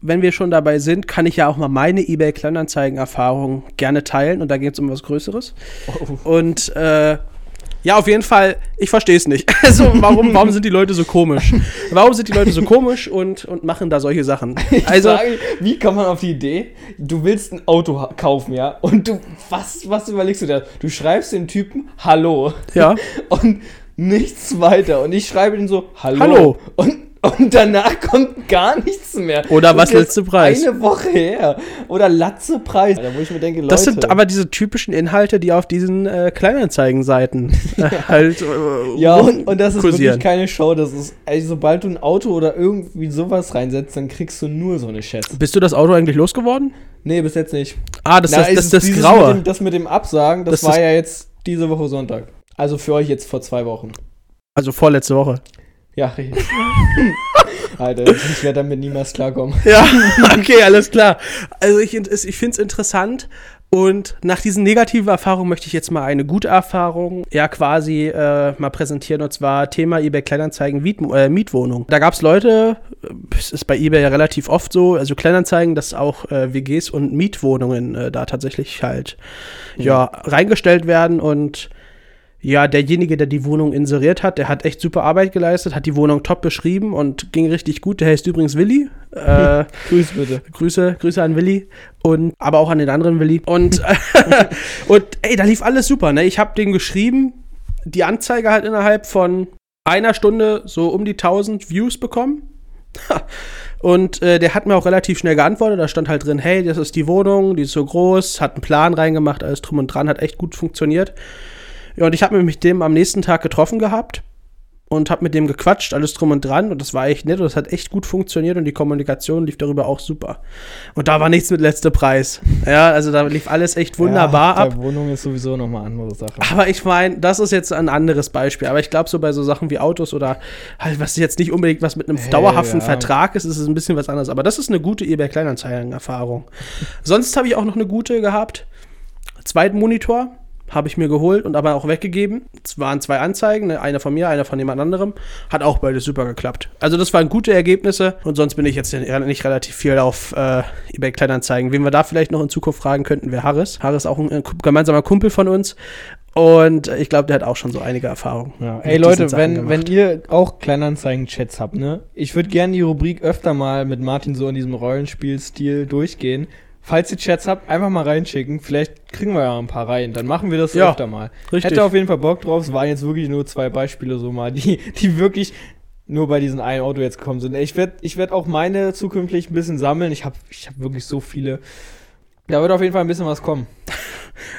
[SPEAKER 1] wenn wir schon dabei sind, kann ich ja auch mal meine eBay-Kleinanzeigen-Erfahrung gerne teilen und da geht es um was Größeres.
[SPEAKER 2] Oh.
[SPEAKER 1] Und äh, ja, auf jeden Fall, ich verstehe es nicht. *laughs* Also, warum, warum sind die Leute so komisch? Warum sind die Leute so komisch und, und machen da solche Sachen? Also,
[SPEAKER 2] Frage *laughs* ich, wie kommt man auf die Idee? Du willst ein Auto ha- kaufen, ja? Und du, was, was überlegst du da? Du schreibst dem Typen Hallo.
[SPEAKER 1] ja.
[SPEAKER 2] *laughs* Und nichts weiter. Und ich schreibe ihm so Hallo.
[SPEAKER 1] Hallo.
[SPEAKER 2] Und, und danach kommt gar nichts mehr.
[SPEAKER 1] Oder was
[SPEAKER 2] Und
[SPEAKER 1] willst
[SPEAKER 2] jetzt
[SPEAKER 1] du Preis?
[SPEAKER 2] Eine Woche her. Oder Latzepreis. Da wo ich mir denke, Leute.
[SPEAKER 1] Das sind aber diese typischen Inhalte, die auf diesen äh, Kleinanzeigenseiten
[SPEAKER 2] *laughs*
[SPEAKER 1] äh, halt. Äh,
[SPEAKER 2] Ja, und, und das ist
[SPEAKER 1] kursieren.
[SPEAKER 2] wirklich keine Show. Das ist, also sobald du ein Auto oder irgendwie sowas reinsetzt, dann kriegst du nur so eine Schätze.
[SPEAKER 1] Bist du das Auto eigentlich losgeworden?
[SPEAKER 2] Nee, bis jetzt nicht.
[SPEAKER 1] Ah, das,
[SPEAKER 2] Na,
[SPEAKER 1] das,
[SPEAKER 2] es
[SPEAKER 1] das,
[SPEAKER 2] ist
[SPEAKER 1] das,
[SPEAKER 2] dieses
[SPEAKER 1] Graue.
[SPEAKER 2] Mit dem, das mit dem Absagen, das,
[SPEAKER 1] Das
[SPEAKER 2] war
[SPEAKER 1] ist-
[SPEAKER 2] ja jetzt diese Woche Sonntag. Also für euch jetzt vor zwei Wochen.
[SPEAKER 1] also vorletzte Woche. *laughs*
[SPEAKER 2] Ja, *laughs* richtig. Alter, ich werde damit niemals klarkommen.
[SPEAKER 1] Ja, *laughs* okay, alles klar. Also ich, ich finde es interessant. Und nach diesen negativen Erfahrungen möchte ich jetzt mal eine gute Erfahrung ja quasi äh, mal präsentieren. Und zwar Thema eBay Kleinanzeigen Miet, äh, Mietwohnung. Da gab es Leute, äh, es ist bei eBay ja relativ oft so, also Kleinanzeigen, dass auch äh, WGs und Mietwohnungen äh, da tatsächlich halt ja reingestellt werden und ja, derjenige, der die Wohnung inseriert hat, der hat echt super Arbeit geleistet, hat die Wohnung top beschrieben und ging richtig gut. Der heißt übrigens Willi. Äh,
[SPEAKER 2] Grüß bitte.
[SPEAKER 1] Grüße, Grüße an Willi und aber auch an den anderen Willi. Und, *laughs* und ey, da lief alles super, ne? Ich habe den geschrieben, die Anzeige hat innerhalb von einer Stunde so um die 1000 Views bekommen. Und äh, der hat mir auch relativ schnell geantwortet. Da stand halt drin, hey, das ist die Wohnung, die ist so groß, hat einen Plan reingemacht, alles drum und dran, hat echt gut funktioniert. Ja, und ich habe mich mit dem am nächsten Tag getroffen gehabt und habe mit dem gequatscht, alles drum und dran. Und das war echt nett und das hat echt gut funktioniert und die Kommunikation lief darüber auch super. Und da war nichts mit letzter Preis. Ja, also da lief alles echt wunderbar
[SPEAKER 2] ja,
[SPEAKER 1] ab.
[SPEAKER 2] Bei Wohnung ist sowieso nochmal andere Sache.
[SPEAKER 1] *laughs* Aber ich meine, das ist jetzt ein anderes Beispiel. Aber ich glaube, so bei so Sachen wie Autos oder halt, was jetzt nicht unbedingt was mit einem
[SPEAKER 2] Hey,
[SPEAKER 1] dauerhaften
[SPEAKER 2] ja.
[SPEAKER 1] Vertrag ist, ist es ein bisschen was anderes. Aber das ist eine gute eBay-Kleinanzeigen-Erfahrung. Sonst habe ich auch noch eine gute gehabt. Zweiten Monitor habe ich mir geholt und aber auch weggegeben. Es waren zwei Anzeigen, ne, eine von mir, eine von jemand anderem. Hat auch beides super geklappt. Also das waren gute Ergebnisse und sonst bin ich jetzt nicht relativ viel auf äh, eBay Kleinanzeigen. Wen wir da vielleicht noch in Zukunft fragen könnten, wäre Harris. Harris auch ein, äh, gemeinsamer Kumpel von uns und äh, ich glaube, der hat auch schon so einige Erfahrungen.
[SPEAKER 2] Ja,
[SPEAKER 1] mit
[SPEAKER 2] ey
[SPEAKER 1] diesen
[SPEAKER 2] Leute,
[SPEAKER 1] Sachen
[SPEAKER 2] wenn,
[SPEAKER 1] gemacht.
[SPEAKER 2] wenn ihr auch Kleinanzeigen-Chats habt, ne? Ich würde gerne die Rubrik öfter mal mit Martin so in diesem Rollenspiel-Stil durchgehen. Falls ihr Chats habt, einfach mal reinschicken. Vielleicht kriegen wir ja ein paar rein. Dann machen wir das
[SPEAKER 1] Ja,
[SPEAKER 2] öfter mal.
[SPEAKER 1] richtig.
[SPEAKER 2] Hätte auf jeden Fall Bock drauf. Es waren jetzt wirklich nur zwei Beispiele so mal, die, die wirklich nur bei diesem einen Auto jetzt gekommen sind. Ich werde ich werd auch meine zukünftig ein bisschen sammeln. Ich habe ich hab wirklich so viele. Da wird auf jeden Fall ein bisschen was kommen.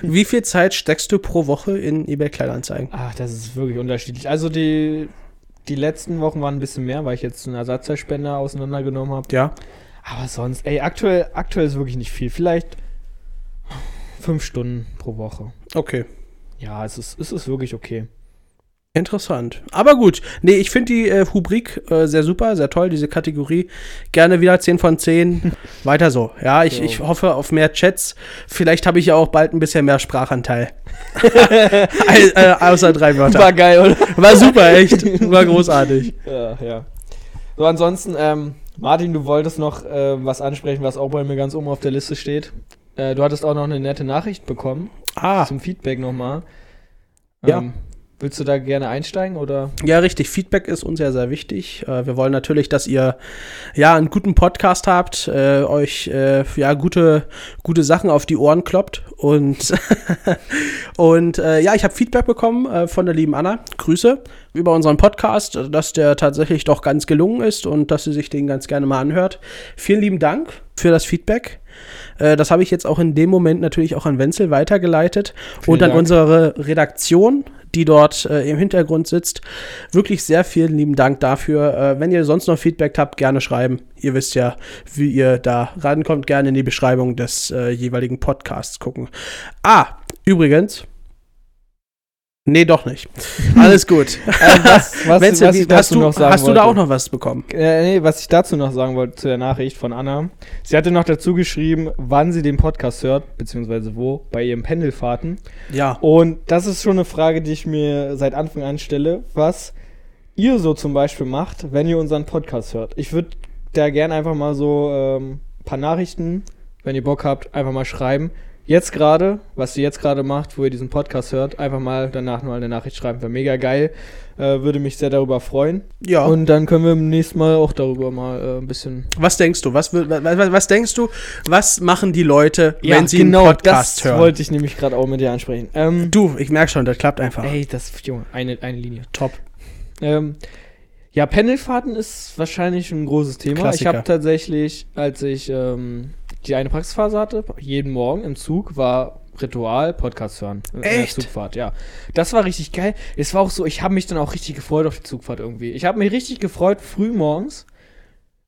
[SPEAKER 1] Wie viel Zeit steckst du pro Woche in eBay Kleinanzeigen?
[SPEAKER 2] Ach, das ist wirklich unterschiedlich. Also die, die letzten Wochen waren ein bisschen mehr, weil ich jetzt einen Ersatzteilspender auseinandergenommen habe.
[SPEAKER 1] Ja,
[SPEAKER 2] Aber sonst, ey, aktuell, aktuell ist wirklich nicht viel. Vielleicht fünf Stunden pro Woche.
[SPEAKER 1] okay.
[SPEAKER 2] Ja, es ist, es ist wirklich okay.
[SPEAKER 1] Interessant. Aber gut. Nee, ich finde die äh, Rubrik äh, sehr super, sehr toll, diese Kategorie. Gerne wieder 10 von 10. Weiter so. Ja, ich,
[SPEAKER 2] Ja.
[SPEAKER 1] ich hoffe auf mehr Chats. Vielleicht habe ich ja auch bald ein bisschen mehr Sprachanteil. Al- äh, außer drei Wörter.
[SPEAKER 2] War geil, oder?
[SPEAKER 1] War super, echt. War großartig.
[SPEAKER 2] *laughs* Ja, ja. So, ansonsten, ähm, Martin, du wolltest noch äh, was ansprechen, was auch bei mir ganz oben auf der Liste steht. Äh, du hattest auch noch eine nette Nachricht bekommen
[SPEAKER 1] Ah,
[SPEAKER 2] zum Feedback nochmal. Ähm,
[SPEAKER 1] Ja.
[SPEAKER 2] Willst du da gerne einsteigen oder?
[SPEAKER 1] ja, richtig. Feedback ist uns ja sehr wichtig. Äh, wir wollen natürlich, dass ihr ja einen guten Podcast habt, äh, euch äh, ja gute gute Sachen auf die Ohren kloppt und und äh, ja, ich habe Feedback bekommen äh, von der lieben Anna. Grüße über unseren Podcast, dass der tatsächlich doch ganz gelungen ist und dass sie sich den ganz gerne mal anhört. Vielen lieben Dank. für das Feedback. Äh, das habe ich jetzt auch in dem Moment natürlich auch an Wenzel weitergeleitet
[SPEAKER 2] Vielen
[SPEAKER 1] und an
[SPEAKER 2] Dank.
[SPEAKER 1] unsere Redaktion, die dort äh, im Hintergrund sitzt. Wirklich sehr vielen lieben Dank dafür. Äh, wenn ihr sonst noch Feedback habt, gerne schreiben. Ihr wisst ja, wie ihr da rankommt. Gerne in die Beschreibung des äh, jeweiligen Podcasts gucken. Ah, übrigens. Nee, doch nicht. Alles gut. *laughs*
[SPEAKER 2] Äh, was, Hm. was,
[SPEAKER 1] Wenzel,
[SPEAKER 2] was
[SPEAKER 1] wie-
[SPEAKER 2] ich
[SPEAKER 1] hast
[SPEAKER 2] dazu
[SPEAKER 1] du,
[SPEAKER 2] noch sagen
[SPEAKER 1] hast du da
[SPEAKER 2] wollte.
[SPEAKER 1] auch noch was bekommen?
[SPEAKER 2] Äh, nee, was ich dazu noch sagen wollte zu der Nachricht von Anna. Sie hatte noch dazu geschrieben, wann sie den Podcast hört, beziehungsweise wo, bei ihren Pendelfahrten.
[SPEAKER 1] Ja.
[SPEAKER 2] Und das ist schon eine Frage, die ich mir seit Anfang an stelle, was ihr so zum Beispiel macht, wenn ihr unseren Podcast hört. Ich würde da gerne einfach mal so ähm, ein paar Nachrichten, wenn ihr Bock habt, einfach mal schreiben. Jetzt gerade, was ihr jetzt gerade macht, wo ihr diesen Podcast hört, einfach mal danach mal eine Nachricht schreiben. Wäre mega geil. Äh, würde mich sehr darüber freuen.
[SPEAKER 1] Ja.
[SPEAKER 2] Und dann können wir im nächsten Mal auch darüber mal äh, ein bisschen.
[SPEAKER 1] Was denkst du? Was, wür- wa- wa- was denkst du? Was machen die Leute, wenn sie einen Podcast
[SPEAKER 2] genau, das
[SPEAKER 1] hören?
[SPEAKER 2] wollte ich nämlich gerade auch mit dir ansprechen. Ähm,
[SPEAKER 1] Du, ich merke schon, das klappt einfach.
[SPEAKER 2] Ey, das, Junge, eine, eine Linie.
[SPEAKER 1] Top.
[SPEAKER 2] Ähm, ja, Pendelfahrten ist wahrscheinlich ein großes Thema.
[SPEAKER 1] Klassiker.
[SPEAKER 2] Ich habe tatsächlich, als ich ähm, die eine Praxisphase hatte, jeden Morgen im Zug war Ritual Podcast hören. in der
[SPEAKER 1] Echt?
[SPEAKER 2] Zugfahrt, ja. Das war richtig geil. Es war auch so, ich habe mich dann auch richtig gefreut auf die Zugfahrt irgendwie. Ich habe mich richtig gefreut, früh morgens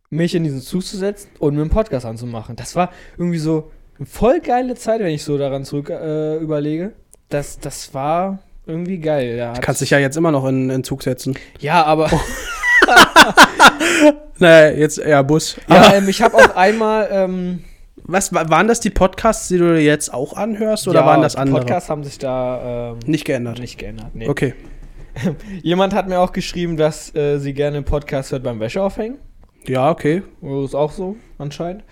[SPEAKER 2] mich in diesen Zug zu setzen und mir einen Podcast anzumachen. Das war irgendwie so eine voll geile Zeit, wenn ich so daran zurück äh, überlege. Das, das war irgendwie geil. Da
[SPEAKER 1] Du
[SPEAKER 2] hat-
[SPEAKER 1] kannst Oh. dich ja jetzt immer noch in den Zug setzen.
[SPEAKER 2] ja, aber.
[SPEAKER 1] Naja, jetzt ja Bus.
[SPEAKER 2] Ja, ähm, ich habe auch einmal. Ähm,
[SPEAKER 1] Was wa- waren das die Podcasts, die du jetzt auch anhörst oder
[SPEAKER 2] ja,
[SPEAKER 1] waren das andere?
[SPEAKER 2] Podcasts haben sich da ähm,
[SPEAKER 1] Nicht geändert.
[SPEAKER 2] nicht geändert. Nee.
[SPEAKER 1] Okay.
[SPEAKER 2] Jemand hat mir auch geschrieben, dass äh, sie gerne Podcast hört beim Wäscheaufhängen.
[SPEAKER 1] Ja, okay.
[SPEAKER 2] Oh, Ist auch so, anscheinend.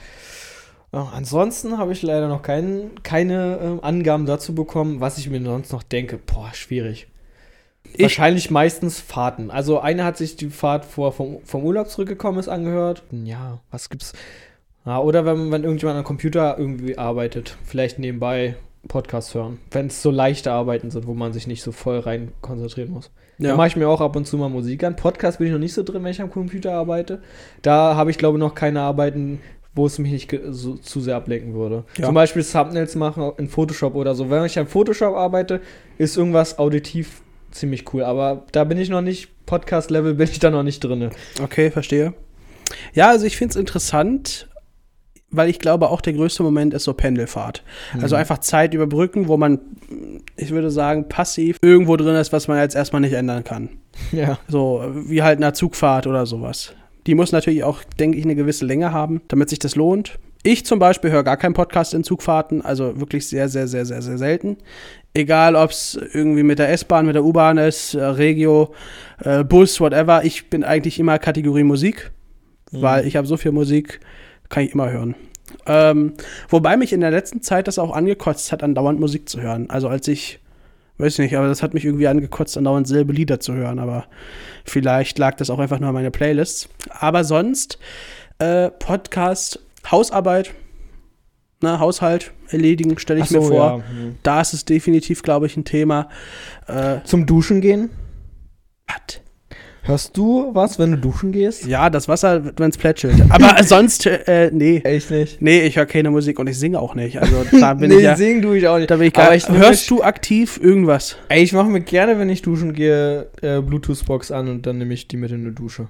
[SPEAKER 2] Ja, ansonsten habe ich leider noch keinen, keine ähm, Angaben dazu bekommen, was ich mir sonst noch denke. Boah, schwierig.
[SPEAKER 1] Ich-
[SPEAKER 2] Wahrscheinlich meistens Fahrten. Also eine hat sich die Fahrt vor vom, vom Urlaub zurückgekommen ist angehört. Ja, was gibt's? Ja, oder wenn, wenn irgendjemand am Computer irgendwie arbeitet, vielleicht nebenbei Podcast hören. Wenn es so leichte Arbeiten sind, wo man sich nicht so voll rein konzentrieren muss. Da mache ich mir auch ab und zu mal Musik an. Podcast bin ich noch nicht so drin, wenn ich am Computer arbeite. Da habe ich, glaube ich, noch keine Arbeiten, wo es mich nicht ge- so, zu sehr ablenken würde.
[SPEAKER 1] Ja.
[SPEAKER 2] Zum Beispiel Thumbnails machen in Photoshop oder so. Wenn ich an Photoshop arbeite, ist irgendwas auditiv ziemlich cool. Aber da bin ich noch nicht, Podcast-Level bin ich da noch nicht drin.
[SPEAKER 1] Okay, verstehe. Ja, also ich finde es interessant, weil ich glaube, auch der größte Moment ist so Pendelfahrt. Also einfach Zeit überbrücken, wo man, ich würde sagen, passiv irgendwo drin ist, was man jetzt erstmal nicht ändern kann.
[SPEAKER 2] Ja.
[SPEAKER 1] So wie halt eine Zugfahrt oder sowas. Die muss natürlich auch, denke ich, eine gewisse Länge haben, damit sich das lohnt. Ich zum Beispiel höre gar keinen Podcast in Zugfahrten, also wirklich sehr, sehr, sehr, sehr, sehr selten. Egal, ob es irgendwie mit der S-Bahn, mit der U-Bahn ist, äh, Regio, äh, Bus, whatever. Ich bin eigentlich immer Kategorie Musik, weil ich habe so viel Musik, kann ich immer hören. Ähm, wobei mich in der letzten Zeit das auch angekotzt hat, andauernd Musik zu hören. Also als ich, weiß nicht, aber das hat mich irgendwie angekotzt, andauernd selbe Lieder zu hören. Aber Vielleicht lag das auch einfach nur an meiner Playlist. Aber sonst, äh, Podcast, Hausarbeit, ne, Haushalt erledigen, stelle ich mir vor. Da ist es definitiv, glaube ich, ein Thema. Äh,
[SPEAKER 2] Zum Duschen gehen?
[SPEAKER 1] hat-
[SPEAKER 2] Hörst du was, wenn du duschen gehst?
[SPEAKER 1] ja, das Wasser, wenn es plätschelt.
[SPEAKER 2] *laughs*
[SPEAKER 1] Aber sonst, äh, nee.
[SPEAKER 2] Echt nicht.
[SPEAKER 1] Nee, ich höre keine Musik und ich singe auch nicht. Also da
[SPEAKER 2] *laughs*
[SPEAKER 1] bin ich ja.
[SPEAKER 2] singen tue ich auch nicht.
[SPEAKER 1] Da bin ich gar,
[SPEAKER 2] Aber
[SPEAKER 1] ich
[SPEAKER 2] ich
[SPEAKER 1] hörst du aktiv irgendwas?
[SPEAKER 2] Ey, ich mache mir gerne, wenn ich duschen gehe, äh, Bluetooth-Box an und dann nehme ich die mit in die Dusche.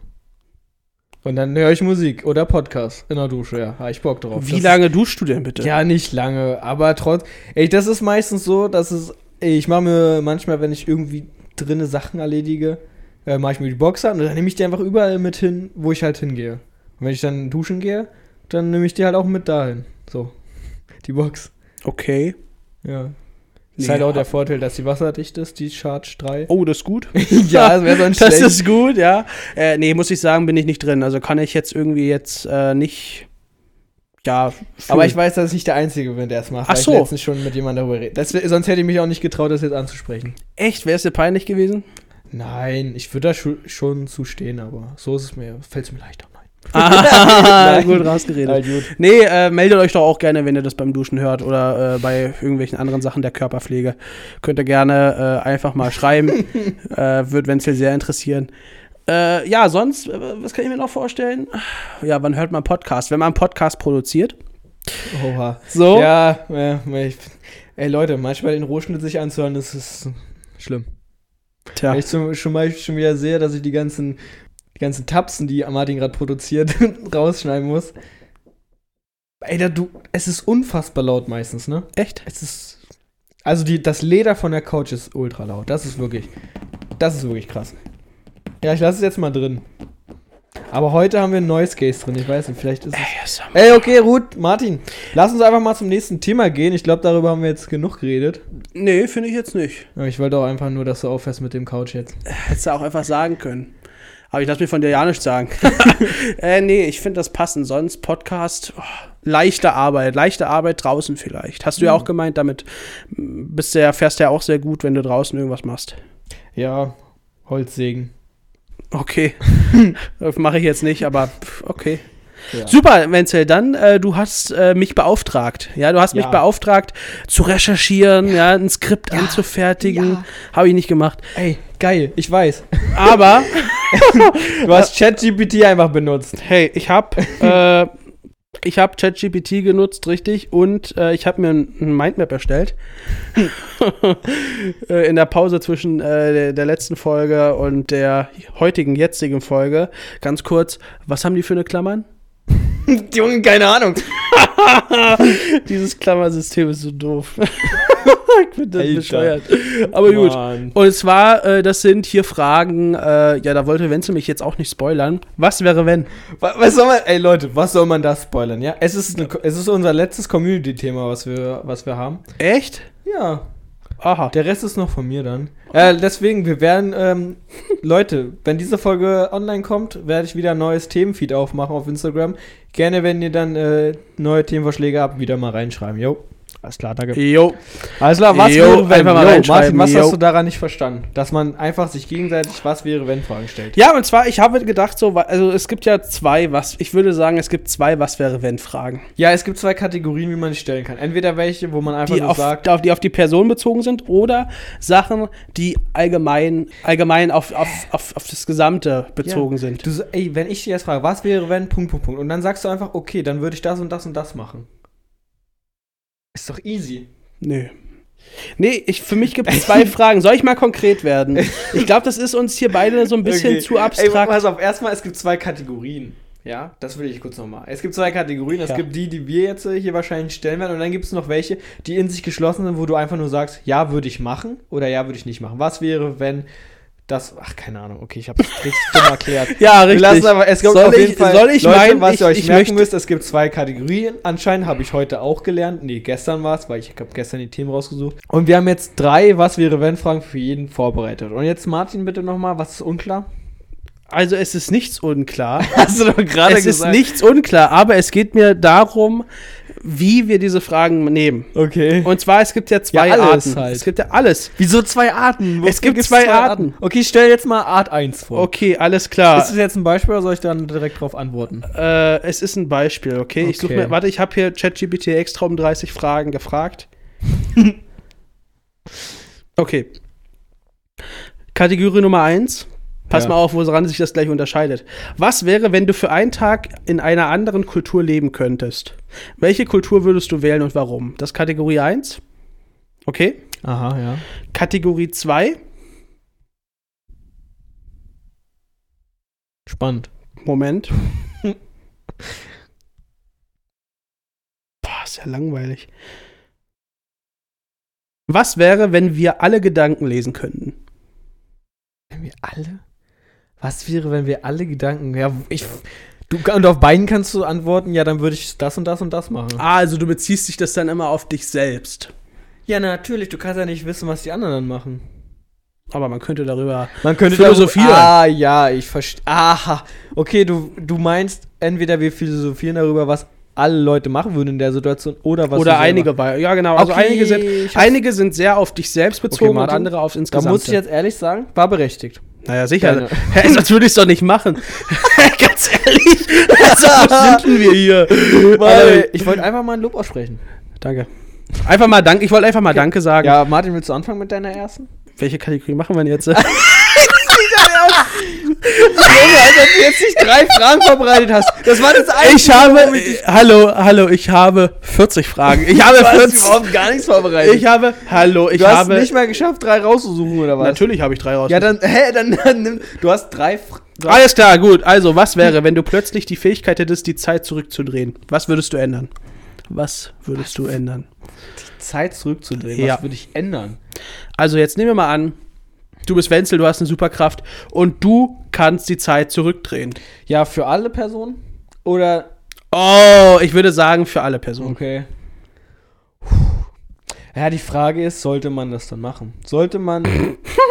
[SPEAKER 2] Und dann höre ich Musik oder Podcast in der Dusche, ja. Habe ich Bock drauf.
[SPEAKER 1] Wie
[SPEAKER 2] Das-
[SPEAKER 1] lange duschst du denn bitte?
[SPEAKER 2] Ja, nicht lange, aber trotz. Ey, das ist meistens so, dass es. Ey, ich mache mir manchmal, wenn ich irgendwie drinne Sachen erledige, äh, mache ich mir die Box an und dann nehme ich die einfach überall mit hin, wo ich halt hingehe. Und wenn ich dann duschen gehe, dann nehme ich die halt auch mit dahin. So. *laughs* Die Box.
[SPEAKER 1] Okay.
[SPEAKER 2] Ja. Ist
[SPEAKER 1] Nee,
[SPEAKER 2] halt auch
[SPEAKER 1] ja.
[SPEAKER 2] der Vorteil, dass sie wasserdicht ist, die Charge 3.
[SPEAKER 1] Oh, das ist gut.
[SPEAKER 2] *laughs* ja, das wäre so ein
[SPEAKER 1] *laughs* Das
[SPEAKER 2] schlecht-
[SPEAKER 1] ist gut, ja. Äh, nee, muss ich sagen, bin ich nicht drin. Also kann ich jetzt irgendwie jetzt äh, nicht. Ja,
[SPEAKER 2] Aber ich weiß, dass ich nicht der Einzige bin, der es macht.
[SPEAKER 1] Ach
[SPEAKER 2] weil
[SPEAKER 1] so.
[SPEAKER 2] Ich letztens schon mit jemandem darüber rede. Das, wär- sonst hätte ich mich auch nicht getraut, das jetzt anzusprechen.
[SPEAKER 1] Echt, wäre es dir peinlich gewesen?
[SPEAKER 2] Nein, ich würde da schu- schon zustehen, aber so ist es mir, fällt es mir leichter. *laughs* Nein.
[SPEAKER 1] Ah,
[SPEAKER 2] Nein.
[SPEAKER 1] gut rausgeredet.
[SPEAKER 2] Na gut.
[SPEAKER 1] Nee, äh, meldet euch doch auch gerne, wenn ihr das beim Duschen hört oder äh, bei irgendwelchen anderen Sachen der Körperpflege. Könnt ihr gerne äh, einfach mal schreiben. äh, Wird Wenzel sehr interessieren. Äh, ja, sonst, äh, was kann ich mir noch vorstellen? Ja, wann hört man Podcast? Wenn man einen Podcast produziert.
[SPEAKER 2] Oha.
[SPEAKER 1] So.
[SPEAKER 2] Ja, äh, ich, ey Leute, manchmal den Rohschnitt sich anzuhören, das ist schlimm.
[SPEAKER 1] Tja.
[SPEAKER 2] Wenn ich zum, schon mal schon wieder sehe, dass ich die ganzen, die ganzen Tapsen, die Martin gerade produziert, *laughs* rausschneiden muss. Ey, da, du, es ist unfassbar laut meistens, ne?
[SPEAKER 1] Echt?
[SPEAKER 2] Es ist. Also die, das Leder von der Couch ist ultra laut. Das ist wirklich. Das ist wirklich krass. Ja, ich lasse es jetzt mal drin. Aber heute haben wir ein neues Case drin. Ich weiß nicht, vielleicht ist es. Ey, okay, Ruth, Martin, lass uns einfach mal zum nächsten Thema gehen. Ich glaube, darüber haben wir jetzt genug geredet.
[SPEAKER 1] Nee, finde ich jetzt nicht.
[SPEAKER 2] Aber ich wollte auch einfach nur, dass du aufhörst mit dem Couch jetzt.
[SPEAKER 1] Hättest du auch einfach sagen können. Aber ich lasse mir von dir ja nichts sagen. *laughs* äh, nee, ich finde das passend. Sonst Podcast, oh, leichte Arbeit, leichte Arbeit draußen vielleicht. Hast du
[SPEAKER 2] Mhm.
[SPEAKER 1] ja auch gemeint, damit mm, bist du ja, fährst du ja auch sehr gut, wenn du draußen irgendwas machst.
[SPEAKER 2] Ja, Holzsägen. *laughs*
[SPEAKER 1] Okay, mache ich jetzt nicht, aber pff, okay.
[SPEAKER 2] Ja.
[SPEAKER 1] Super, Wenzel, dann äh, du hast äh, mich beauftragt. Ja, du hast mich
[SPEAKER 2] Ja.
[SPEAKER 1] beauftragt zu recherchieren, ja, ein Skript anzufertigen.
[SPEAKER 2] Ja.
[SPEAKER 1] Habe ich nicht gemacht.
[SPEAKER 2] Ey, geil, ich *laughs* weiß.
[SPEAKER 1] Aber
[SPEAKER 2] Du hast ChatGPT einfach benutzt.
[SPEAKER 1] hey, ich habe äh, ich habe ChatGPT genutzt, richtig, und äh, ich habe mir ein ein Mindmap
[SPEAKER 2] *laughs*
[SPEAKER 1] erstellt Äh, in der Pause zwischen äh, der, der letzten Folge und der heutigen jetzigen Folge. Ganz kurz, was haben die für eine Klammern?
[SPEAKER 2] *laughs*
[SPEAKER 1] *laughs*
[SPEAKER 2] Junge, keine Ahnung.
[SPEAKER 1] Dieses Klammersystem ist so doof. *laughs* ich bin das
[SPEAKER 2] Alter.
[SPEAKER 1] bescheuert.
[SPEAKER 2] Oh,
[SPEAKER 1] Aber gut.
[SPEAKER 2] Mann.
[SPEAKER 1] Und zwar, äh, das sind hier Fragen, äh, ja, da wollte Wenzel mich jetzt auch nicht spoilern. Was wäre, wenn?
[SPEAKER 2] Wa- Was soll man, ey Leute, was soll man da spoilern, ja? Es ist, eine, es ist unser letztes Community-Thema, was wir, was wir haben.
[SPEAKER 1] Echt?
[SPEAKER 2] Ja,
[SPEAKER 1] Aha.
[SPEAKER 2] der Rest ist noch von mir dann. Äh, deswegen, wir werden, ähm, *laughs* Leute, wenn diese Folge online kommt, werde ich wieder ein neues Themenfeed aufmachen auf Instagram. Gerne, wenn ihr dann äh, neue Themenvorschläge habt, wieder mal reinschreiben, jo. Alles klar, danke.
[SPEAKER 1] Jo.
[SPEAKER 2] Alles klar, was
[SPEAKER 1] Jo, einfach
[SPEAKER 2] wäre, wenn?
[SPEAKER 1] mal
[SPEAKER 2] Jo, Martin,
[SPEAKER 1] reinschreiben,
[SPEAKER 2] was
[SPEAKER 1] jo.
[SPEAKER 2] hast du daran nicht verstanden? Dass man einfach sich gegenseitig was wäre, wenn Fragen stellt.
[SPEAKER 1] Ja, und zwar, ich habe gedacht, so, wa- also es gibt ja zwei, was, ich würde sagen, es gibt zwei Was wäre, wenn Fragen.
[SPEAKER 2] Ja, es gibt zwei Kategorien, wie man die stellen kann. Entweder welche, wo man einfach
[SPEAKER 1] Die
[SPEAKER 2] nur
[SPEAKER 1] auf,
[SPEAKER 2] sagt,
[SPEAKER 1] auf, die auf die Person bezogen sind oder Sachen, die allgemein, allgemein auf, auf, auf, auf das Gesamte bezogen sind.
[SPEAKER 2] Du, sa- ey, wenn ich dir jetzt frage, was wäre, wenn, Punkt, Punkt, Punkt. Und dann sagst du einfach, okay, dann würde ich das und das und das machen. Ist doch easy.
[SPEAKER 1] Nö. Nee, ich, für mich gibt es
[SPEAKER 2] *laughs*
[SPEAKER 1] zwei Fragen. Soll ich mal konkret werden? Ich glaube, das ist uns hier beide so ein bisschen
[SPEAKER 2] Okay.
[SPEAKER 1] zu
[SPEAKER 2] Ey,
[SPEAKER 1] abstrakt.
[SPEAKER 2] pass auf, erstmal, es gibt zwei Kategorien. Ja, das will ich kurz nochmal. Es gibt zwei Kategorien. Es
[SPEAKER 1] Ja.
[SPEAKER 2] gibt die, die wir jetzt äh, hier wahrscheinlich stellen werden. Und dann gibt es noch welche, die in sich geschlossen sind, wo du einfach nur sagst, ja, würde ich machen oder ja, würde ich nicht machen. Was wäre, wenn das. Ach, keine Ahnung. Okay, ich habe das *laughs* richtig dumm erklärt.
[SPEAKER 1] ja,
[SPEAKER 2] Wir lassen aber, es gibt
[SPEAKER 1] soll,
[SPEAKER 2] auf jeden
[SPEAKER 1] ich,
[SPEAKER 2] Fall,
[SPEAKER 1] soll ich
[SPEAKER 2] Leute,
[SPEAKER 1] meinen,
[SPEAKER 2] was
[SPEAKER 1] ich,
[SPEAKER 2] ihr euch
[SPEAKER 1] ich
[SPEAKER 2] merken
[SPEAKER 1] möchte.
[SPEAKER 2] müsst, es gibt zwei Kategorien. Anscheinend habe ich heute auch gelernt. Nee, gestern war es, weil ich habe gestern die Themen rausgesucht. Und wir haben jetzt drei Was wäre wenn Fragen für jeden vorbereitet. Und jetzt Martin bitte nochmal, was
[SPEAKER 1] *laughs*
[SPEAKER 2] ist unklar?
[SPEAKER 1] Also es ist nichts
[SPEAKER 2] *laughs*
[SPEAKER 1] unklar.
[SPEAKER 2] Hast du doch gerade
[SPEAKER 1] es ist nichts unklar, aber es geht mir darum, wie wir diese Fragen nehmen.
[SPEAKER 2] Okay.
[SPEAKER 1] Und zwar, es gibt ja zwei
[SPEAKER 2] Ja, alles
[SPEAKER 1] Arten.
[SPEAKER 2] halt.
[SPEAKER 1] Es gibt ja alles.
[SPEAKER 2] wieso zwei Arten?
[SPEAKER 1] Es gibt zwei Arten.
[SPEAKER 2] Okay, stell jetzt mal Art 1 vor.
[SPEAKER 1] Okay, alles klar.
[SPEAKER 2] Ist das jetzt ein Beispiel oder soll ich dann direkt drauf antworten?
[SPEAKER 1] äh, es ist ein Beispiel, okay? Ich suche
[SPEAKER 2] Okay.
[SPEAKER 1] mir, warte, ich habe hier ChatGPT extra um 30 Fragen
[SPEAKER 2] *laughs*
[SPEAKER 1] gefragt. okay. Kategorie Nummer 1. Pass
[SPEAKER 2] Ja.
[SPEAKER 1] mal auf, woran sich das gleich unterscheidet. Was wäre, wenn du für einen Tag in einer anderen Kultur leben könntest? Welche Kultur würdest du wählen und warum? Das ist Kategorie 1. Okay.
[SPEAKER 2] Aha, ja.
[SPEAKER 1] Kategorie 2.
[SPEAKER 2] Spannend.
[SPEAKER 1] Moment. Boah, ist ja langweilig. Was wäre, wenn wir alle Gedanken lesen könnten?
[SPEAKER 2] Wenn wir alle? Was wäre, wenn wir alle Gedanken. Ja, ich. Du, und auf beiden kannst du antworten, ja, dann würde ich das und das und das machen.
[SPEAKER 1] Ah, also du beziehst dich das dann immer auf dich selbst.
[SPEAKER 2] Ja, natürlich, du kannst ja nicht wissen, was die anderen dann machen.
[SPEAKER 1] Aber man könnte darüber.
[SPEAKER 2] Man könnte
[SPEAKER 1] Philosophieren.
[SPEAKER 2] Darüber, ah, ja, ich verstehe. Aha. Okay, du, du meinst, entweder wir philosophieren darüber, was alle Leute machen würden in der Situation oder was. wir
[SPEAKER 1] oder
[SPEAKER 2] selber-
[SPEAKER 1] einige bei. Ja, genau. Also
[SPEAKER 2] Okay,
[SPEAKER 1] einige sind
[SPEAKER 2] ich hab's.
[SPEAKER 1] einige sind sehr auf dich selbst bezogen und
[SPEAKER 2] Martin,
[SPEAKER 1] andere auf
[SPEAKER 2] Da
[SPEAKER 1] insgesamt.
[SPEAKER 2] muss ich jetzt ehrlich sagen, war berechtigt.
[SPEAKER 1] Naja, sicher.
[SPEAKER 2] Deine-
[SPEAKER 1] *laughs* Hä, sonst würde ich es doch nicht machen. *laughs* Ganz ehrlich. Also, wo
[SPEAKER 2] *laughs*
[SPEAKER 1] sind wir hier?
[SPEAKER 2] Weil
[SPEAKER 1] Alter,
[SPEAKER 2] ich wollte einfach mal ein Lob aussprechen.
[SPEAKER 1] danke. Einfach mal Danke. Ich wollte einfach mal Danke sagen.
[SPEAKER 2] Ja, Martin, willst du anfangen mit deiner ersten? *laughs*
[SPEAKER 1] Welche Kategorie machen wir denn jetzt?
[SPEAKER 2] als ob du jetzt nicht drei Fragen *laughs* verbreitet hast. Das war das Einzige.
[SPEAKER 1] Ich habe, hallo, hallo, ich habe 40 Fragen. Ich habe
[SPEAKER 2] du hast
[SPEAKER 1] 40.
[SPEAKER 2] überhaupt gar nichts vorbereitet.
[SPEAKER 1] Ich habe, hallo, ich
[SPEAKER 2] du hast
[SPEAKER 1] habe.
[SPEAKER 2] nicht mal geschafft, drei rauszusuchen, oder was?
[SPEAKER 1] natürlich habe ich drei raus.
[SPEAKER 2] Ja, dann, *laughs* hä, dann, dann nimm, du hast drei Fra- du hast-
[SPEAKER 1] Alles klar, gut. Also, was wäre, wenn du plötzlich die Fähigkeit hättest, die Zeit zurückzudrehen? Was würdest du ändern? Was würdest du ändern?
[SPEAKER 2] Zeit zurückzudrehen.
[SPEAKER 1] Ah. Ja.
[SPEAKER 2] Was würde ich ändern?
[SPEAKER 1] Also, jetzt nehmen wir mal an, du bist Wenzel, du hast eine Superkraft und du kannst die Zeit zurückdrehen.
[SPEAKER 2] Ja, für alle Personen? Oder
[SPEAKER 1] Oh, ich würde sagen, für alle Personen.
[SPEAKER 2] Okay. Ja, die Frage ist, sollte man das dann machen? Sollte man,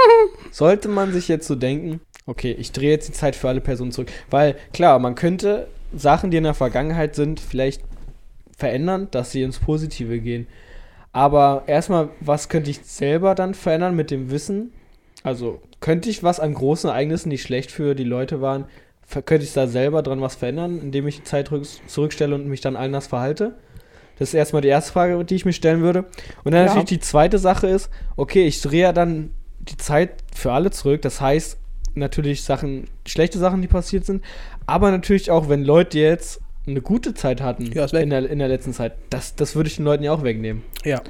[SPEAKER 1] *laughs*
[SPEAKER 2] sollte man sich jetzt so denken, okay, ich drehe jetzt die Zeit für alle Personen zurück. Weil klar, man könnte Sachen, die in der Vergangenheit sind, vielleicht verändern, dass sie ins Positive gehen. Aber erstmal, was könnte ich selber dann verändern mit dem Wissen? Also könnte ich was an großen Ereignissen, die schlecht für die Leute waren, ver- könnte ich da selber dran was verändern, indem ich die Zeit rück- zurückstelle und mich dann anders verhalte? Das ist erstmal die erste Frage, die ich mir stellen würde. Und dann
[SPEAKER 1] Ja.
[SPEAKER 2] natürlich die zweite Sache ist, okay, ich drehe ja dann die Zeit für alle zurück. Das heißt natürlich Sachen, schlechte Sachen, die passiert sind, aber natürlich auch, wenn Leute jetzt eine gute Zeit hatten
[SPEAKER 1] Ja, ist weg.
[SPEAKER 2] in, der, in der letzten Zeit, das, das würde ich den Leuten ja auch wegnehmen.
[SPEAKER 1] Ja.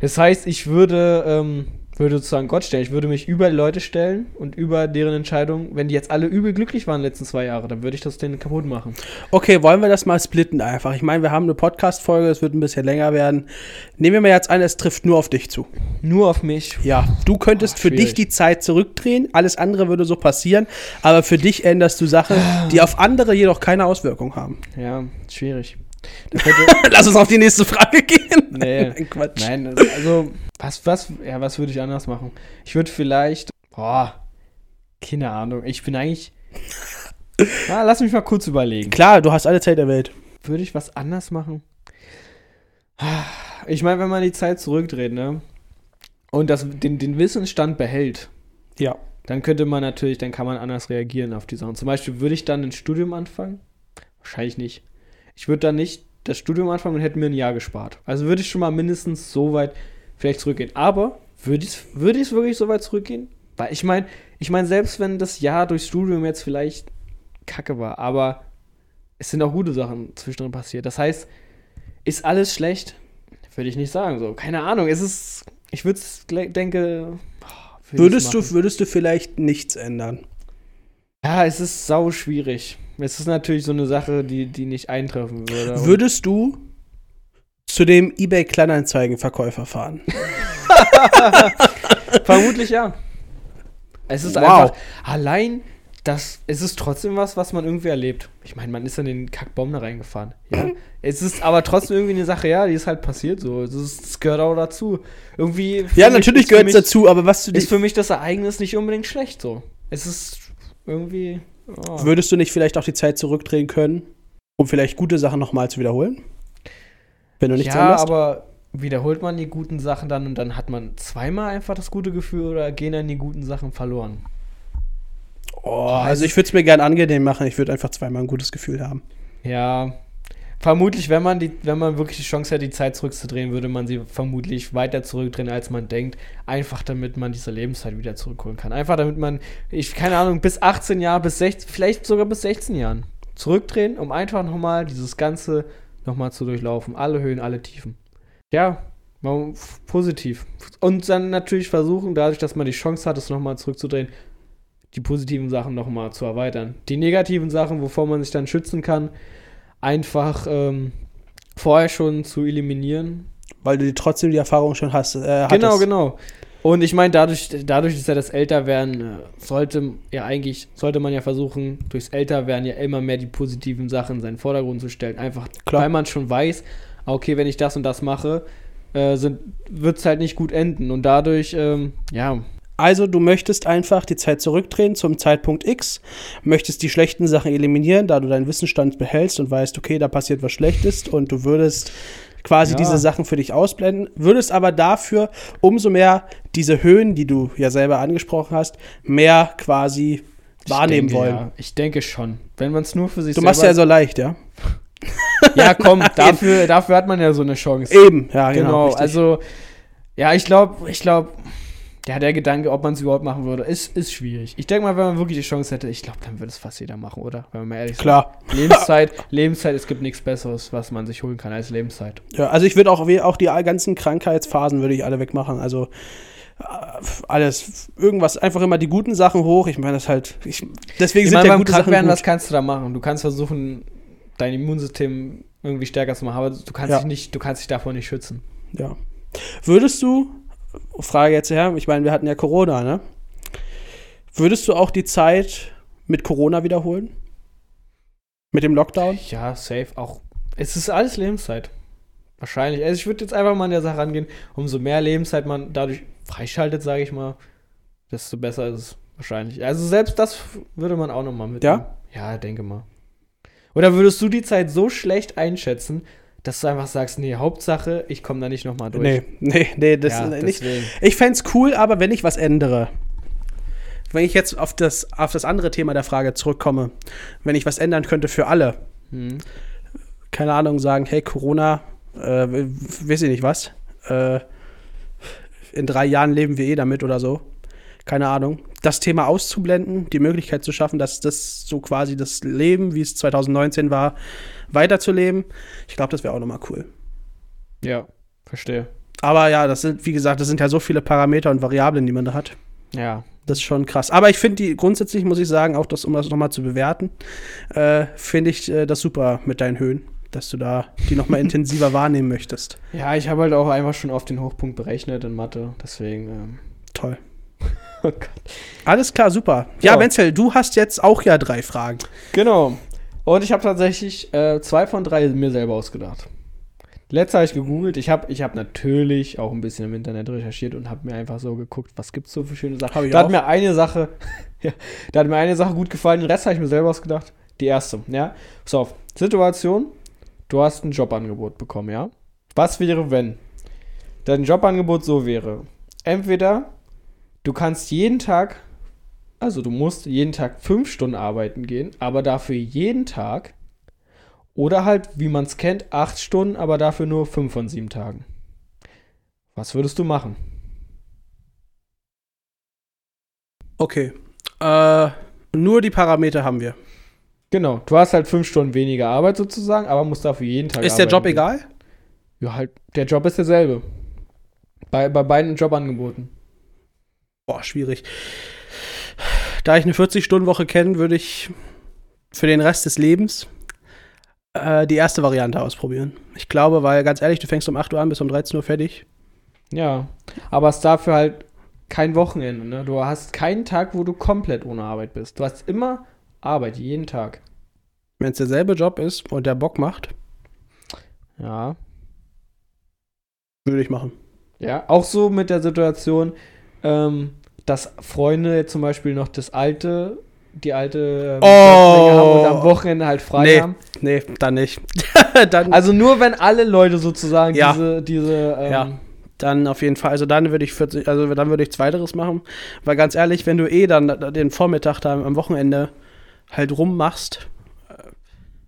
[SPEAKER 2] Das heißt, ich würde, ähm, würde sozusagen Gott stellen. Ich würde mich über die Leute stellen und über deren Entscheidung. Wenn die jetzt alle übel glücklich waren in den letzten zwei Jahre, dann würde ich das denen kaputt machen.
[SPEAKER 1] Okay, wollen wir das mal splitten einfach? Ich meine, wir haben eine Podcast-Folge, es wird ein bisschen länger werden. Nehmen wir mal jetzt an, es trifft nur auf dich zu.
[SPEAKER 2] Nur auf mich.
[SPEAKER 1] Ja, du könntest
[SPEAKER 2] Ah,
[SPEAKER 1] für dich
[SPEAKER 2] schwierig.
[SPEAKER 1] die Zeit zurückdrehen, alles andere würde so passieren, aber für dich änderst du Sachen, die auf andere jedoch keine Auswirkung haben. *laughs*
[SPEAKER 2] Ja, schwierig. Da könnte,
[SPEAKER 1] Lass uns auf die nächste Frage gehen.
[SPEAKER 2] *laughs* Nee.
[SPEAKER 1] Nein, Quatsch.
[SPEAKER 2] nein, das- also, was, was, ja, was würde ich anders machen? Ich würde vielleicht, boah, keine Ahnung. Ich bin
[SPEAKER 1] *laughs*
[SPEAKER 2] eigentlich, ah, lass mich mal kurz überlegen.
[SPEAKER 1] Klar, du hast alle Zeit der Welt.
[SPEAKER 2] Würde ich was anders machen? Ah, Ich meine, wenn man die Zeit zurückdreht, ne? Und das, den, den Wissensstand behält,
[SPEAKER 1] Ja.
[SPEAKER 2] dann könnte man natürlich, dann kann man anders reagieren auf die Sachen. Zum Beispiel würde ich dann ein Studium anfangen? Wahrscheinlich nicht. Ich würde dann nicht das Studium anfangen und hätte mir ein Jahr gespart. Also würde ich schon mal mindestens so weit vielleicht zurückgehen. Aber würde ich es würde ich's wirklich so weit zurückgehen? Weil ich meine, ich meine, selbst wenn das Jahr durchs Studium jetzt vielleicht kacke war, aber es sind auch gute Sachen zwischendrin passiert. Das heißt, ist alles schlecht? Würde ich nicht sagen. So, keine Ahnung. Es ist, ich würde es denke. oh, würd ich's
[SPEAKER 1] Würdest du,
[SPEAKER 2] machen.
[SPEAKER 1] würdest du vielleicht nichts ändern?
[SPEAKER 2] Ja, es ist sau schwierig. Es ist natürlich so eine Sache, die, die nicht eintreffen würde. Und-
[SPEAKER 1] Würdest du zu dem eBay Kleinanzeigenverkäufer
[SPEAKER 2] *laughs*
[SPEAKER 1] fahren?
[SPEAKER 2] Vermutlich ja. Es ist
[SPEAKER 1] Wow.
[SPEAKER 2] einfach allein das es ist trotzdem was, was man irgendwie erlebt. Ich meine, man ist in den Kackbaum da reingefahren. Ja.
[SPEAKER 1] *clears throat*
[SPEAKER 2] es ist aber trotzdem irgendwie eine Sache, ja, die ist halt passiert so. Es ist es gehört auch dazu. Irgendwie für
[SPEAKER 1] Ja,
[SPEAKER 2] mich-
[SPEAKER 1] natürlich
[SPEAKER 2] ist für
[SPEAKER 1] gehört es
[SPEAKER 2] mich-
[SPEAKER 1] dazu, aber was du
[SPEAKER 2] Ist
[SPEAKER 1] dich,
[SPEAKER 2] für mich das Ereignis nicht unbedingt schlecht so. Es ist irgendwie oh.
[SPEAKER 1] würdest du nicht vielleicht auch die Zeit zurückdrehen können, um vielleicht gute Sachen nochmal zu wiederholen? Wenn du nichts
[SPEAKER 2] ja,
[SPEAKER 1] änderst?
[SPEAKER 2] aber wiederholt man die guten Sachen dann und dann hat man zweimal einfach das gute Gefühl oder gehen dann die guten Sachen verloren?
[SPEAKER 1] Oh, also ich würde es mir gern angenehm machen. Ich würde einfach zweimal ein gutes Gefühl haben.
[SPEAKER 2] Ja, vermutlich, wenn man die, wenn man wirklich die Chance hätte, die Zeit zurückzudrehen, würde man sie vermutlich weiter zurückdrehen, als man denkt. Einfach damit man diese Lebenszeit wieder zurückholen kann. Einfach damit man, ich keine Ahnung, bis 18 Jahre, bis 16, vielleicht sogar bis 16 Jahren zurückdrehen, um einfach nochmal dieses Ganze nochmal zu durchlaufen. Alle Höhen, alle Tiefen. Ja, man, f- positiv. Und dann natürlich versuchen, dadurch, dass man die Chance hat, es nochmal zurückzudrehen, die positiven Sachen nochmal zu erweitern. Die negativen Sachen, wovor man sich dann schützen kann, einfach ähm, vorher schon zu eliminieren.
[SPEAKER 1] Weil du die trotzdem die Erfahrung schon hast. Äh,
[SPEAKER 2] Genau,
[SPEAKER 1] hattest.
[SPEAKER 2] genau. Und ich meine, dadurch, dadurch ist ja das Älterwerden, äh, sollte ja eigentlich, sollte man ja versuchen, durchs Älterwerden ja immer mehr die positiven Sachen in seinen Vordergrund zu stellen. Einfach,
[SPEAKER 1] Klar.
[SPEAKER 2] weil man schon weiß, ah, okay, wenn ich das und das mache, äh, wird es halt nicht gut enden. Und dadurch, ähm, ja,
[SPEAKER 1] Also du möchtest einfach die Zeit zurückdrehen zum Zeitpunkt X, möchtest die schlechten Sachen eliminieren, da du deinen Wissensstand behältst und weißt, okay, da passiert was Schlechtes und du würdest quasi
[SPEAKER 2] Ja.
[SPEAKER 1] diese Sachen für dich ausblenden, würdest aber dafür umso mehr diese Höhen, die du ja selber angesprochen hast, mehr quasi wahrnehmen
[SPEAKER 2] ich denke,
[SPEAKER 1] wollen.
[SPEAKER 2] Ja, ich denke schon. Wenn man es nur für sich
[SPEAKER 1] Du machst ja so leicht, ja?
[SPEAKER 2] *laughs*
[SPEAKER 1] *laughs*
[SPEAKER 2] ja, komm, dafür, dafür hat man ja so eine Chance.
[SPEAKER 1] Eben, ja, genau.
[SPEAKER 2] genau,
[SPEAKER 1] richtig.
[SPEAKER 2] also ja, ich glaube, ich glaube, Ja, der Gedanke, ob man es überhaupt machen würde, ist, ist schwierig. Ich denke mal, wenn man wirklich die Chance hätte, ich glaube, dann würde es fast jeder machen, oder? Wenn man mal ehrlich
[SPEAKER 1] Klar.
[SPEAKER 2] ist. Lebenszeit, *laughs* Lebenszeit, es gibt nichts Besseres, was man sich holen kann als Lebenszeit.
[SPEAKER 1] Ja, also ich würde auch, wie- auch die ganzen Krankheitsphasen würde ich alle wegmachen. Also äh, alles, irgendwas, einfach immer die guten Sachen hoch. Ich meine, das halt. Ich, deswegen
[SPEAKER 2] Ich
[SPEAKER 1] sind
[SPEAKER 2] meine,
[SPEAKER 1] ja
[SPEAKER 2] beim
[SPEAKER 1] gute Sachen
[SPEAKER 2] Krankwerden,
[SPEAKER 1] gut.
[SPEAKER 2] was kannst du da machen? Du kannst versuchen, dein Immunsystem irgendwie stärker zu machen, aber du kannst,
[SPEAKER 1] Ja.
[SPEAKER 2] dich, nicht, du kannst dich davor nicht schützen.
[SPEAKER 1] Ja. Würdest du, Frage jetzt her, ich meine, wir hatten ja Corona, ne? Würdest du auch die Zeit mit Corona wiederholen? Mit dem Lockdown?
[SPEAKER 2] Ja, safe auch. Es ist alles Lebenszeit. Wahrscheinlich. Also ich würde jetzt einfach mal an der Sache rangehen, umso mehr Lebenszeit man dadurch freischaltet, sage ich mal, desto besser ist es wahrscheinlich. Also selbst das f- würde man auch nochmal mit.
[SPEAKER 1] Ja?
[SPEAKER 2] Ja, denke mal. Oder würdest du die Zeit so schlecht einschätzen, dass du einfach sagst, nee, Hauptsache, ich komme da nicht nochmal durch.
[SPEAKER 1] Nee, nee, nee, das
[SPEAKER 2] ja,
[SPEAKER 1] ist nicht.
[SPEAKER 2] deswegen.
[SPEAKER 1] Ich fänd's cool, aber wenn ich was ändere. Wenn ich jetzt auf das, auf das andere Thema der Frage zurückkomme, wenn ich was ändern könnte für alle,
[SPEAKER 2] Hm.
[SPEAKER 1] keine Ahnung, sagen, hey, Corona, äh, w- weiß ich nicht was, äh, in drei Jahren leben wir eh damit oder so. Keine Ahnung. Das Thema auszublenden, die Möglichkeit zu schaffen, dass das so quasi das Leben, wie es 2019 war, weiterzuleben. Ich glaube, das wäre auch nochmal cool.
[SPEAKER 2] Ja, verstehe.
[SPEAKER 1] Aber ja, das sind, wie gesagt, das sind ja so viele Parameter und Variablen, die man da hat.
[SPEAKER 2] Ja.
[SPEAKER 1] Das ist schon krass. Aber ich finde die grundsätzlich, muss ich sagen, auch das, um das nochmal zu bewerten, äh, finde ich äh, das super mit deinen Höhen, dass du da die
[SPEAKER 2] *laughs*
[SPEAKER 1] nochmal intensiver wahrnehmen möchtest.
[SPEAKER 2] Ja, ich habe halt auch einfach schon oft den Hochpunkt berechnet in Mathe, deswegen. Ähm,
[SPEAKER 1] Toll.
[SPEAKER 2] oh Gott.
[SPEAKER 1] Alles klar, super. Ja,
[SPEAKER 2] Ja.
[SPEAKER 1] Wenzel, du hast jetzt auch ja drei Fragen.
[SPEAKER 2] Genau. Und ich habe tatsächlich äh, zwei von drei mir selber ausgedacht. Die Letzte habe ich gegoogelt. Ich habe ich hab natürlich auch ein bisschen im Internet recherchiert und habe mir einfach so geguckt, was gibt's so für schöne Sachen.
[SPEAKER 1] Hab ich
[SPEAKER 2] da
[SPEAKER 1] auch.
[SPEAKER 2] hat mir eine Sache, *laughs* ja, da hat mir eine Sache gut gefallen. Den Rest habe ich mir selber ausgedacht. Die erste, ja. Pass auf. Situation: Du hast ein Jobangebot bekommen, ja. Was wäre, wenn dein Jobangebot so wäre? Entweder du kannst jeden Tag also du musst jeden Tag fünf Stunden arbeiten gehen, aber dafür jeden Tag. Oder halt, wie man es kennt, acht Stunden, aber dafür nur fünf von sieben Tagen. Was würdest du machen?
[SPEAKER 1] Okay. Äh, nur die Parameter haben wir.
[SPEAKER 2] Genau, du hast halt fünf Stunden weniger Arbeit sozusagen, aber musst dafür jeden Tag
[SPEAKER 1] Ist der Job
[SPEAKER 2] arbeiten gehen.
[SPEAKER 1] egal?
[SPEAKER 2] Ja, halt, der Job ist derselbe. Bei, bei beiden Jobangeboten.
[SPEAKER 1] Boah, schwierig. Da ich eine 40-Stunden-Woche kenne, würde ich für den Rest des Lebens äh, die erste Variante ausprobieren. Ich glaube, weil ganz ehrlich, du fängst um 8 Uhr an, bis um 13 Uhr fertig.
[SPEAKER 2] Ja, aber es ist dafür halt kein Wochenende, ne? Du hast keinen Tag, wo du komplett ohne Arbeit bist. Du hast immer Arbeit, jeden Tag.
[SPEAKER 1] Wenn es derselbe Job ist und der Bock macht,
[SPEAKER 2] Ja,
[SPEAKER 1] würde ich machen.
[SPEAKER 2] Ja, auch so mit der Situation, ähm, dass Freunde jetzt zum Beispiel noch das alte, die alte ähm,
[SPEAKER 1] Oh.
[SPEAKER 2] Jobringe haben und am Wochenende halt frei
[SPEAKER 1] Nee.
[SPEAKER 2] haben.
[SPEAKER 1] Nee, dann nicht. *laughs* dann,
[SPEAKER 2] Also nur wenn alle Leute sozusagen
[SPEAKER 1] Ja.
[SPEAKER 2] diese, diese ähm,
[SPEAKER 1] Ja. Dann auf jeden Fall. Also dann würde ich 40, also dann würde ich zweiteres machen. Weil ganz ehrlich, wenn du eh dann den Vormittag da am Wochenende halt rummachst äh,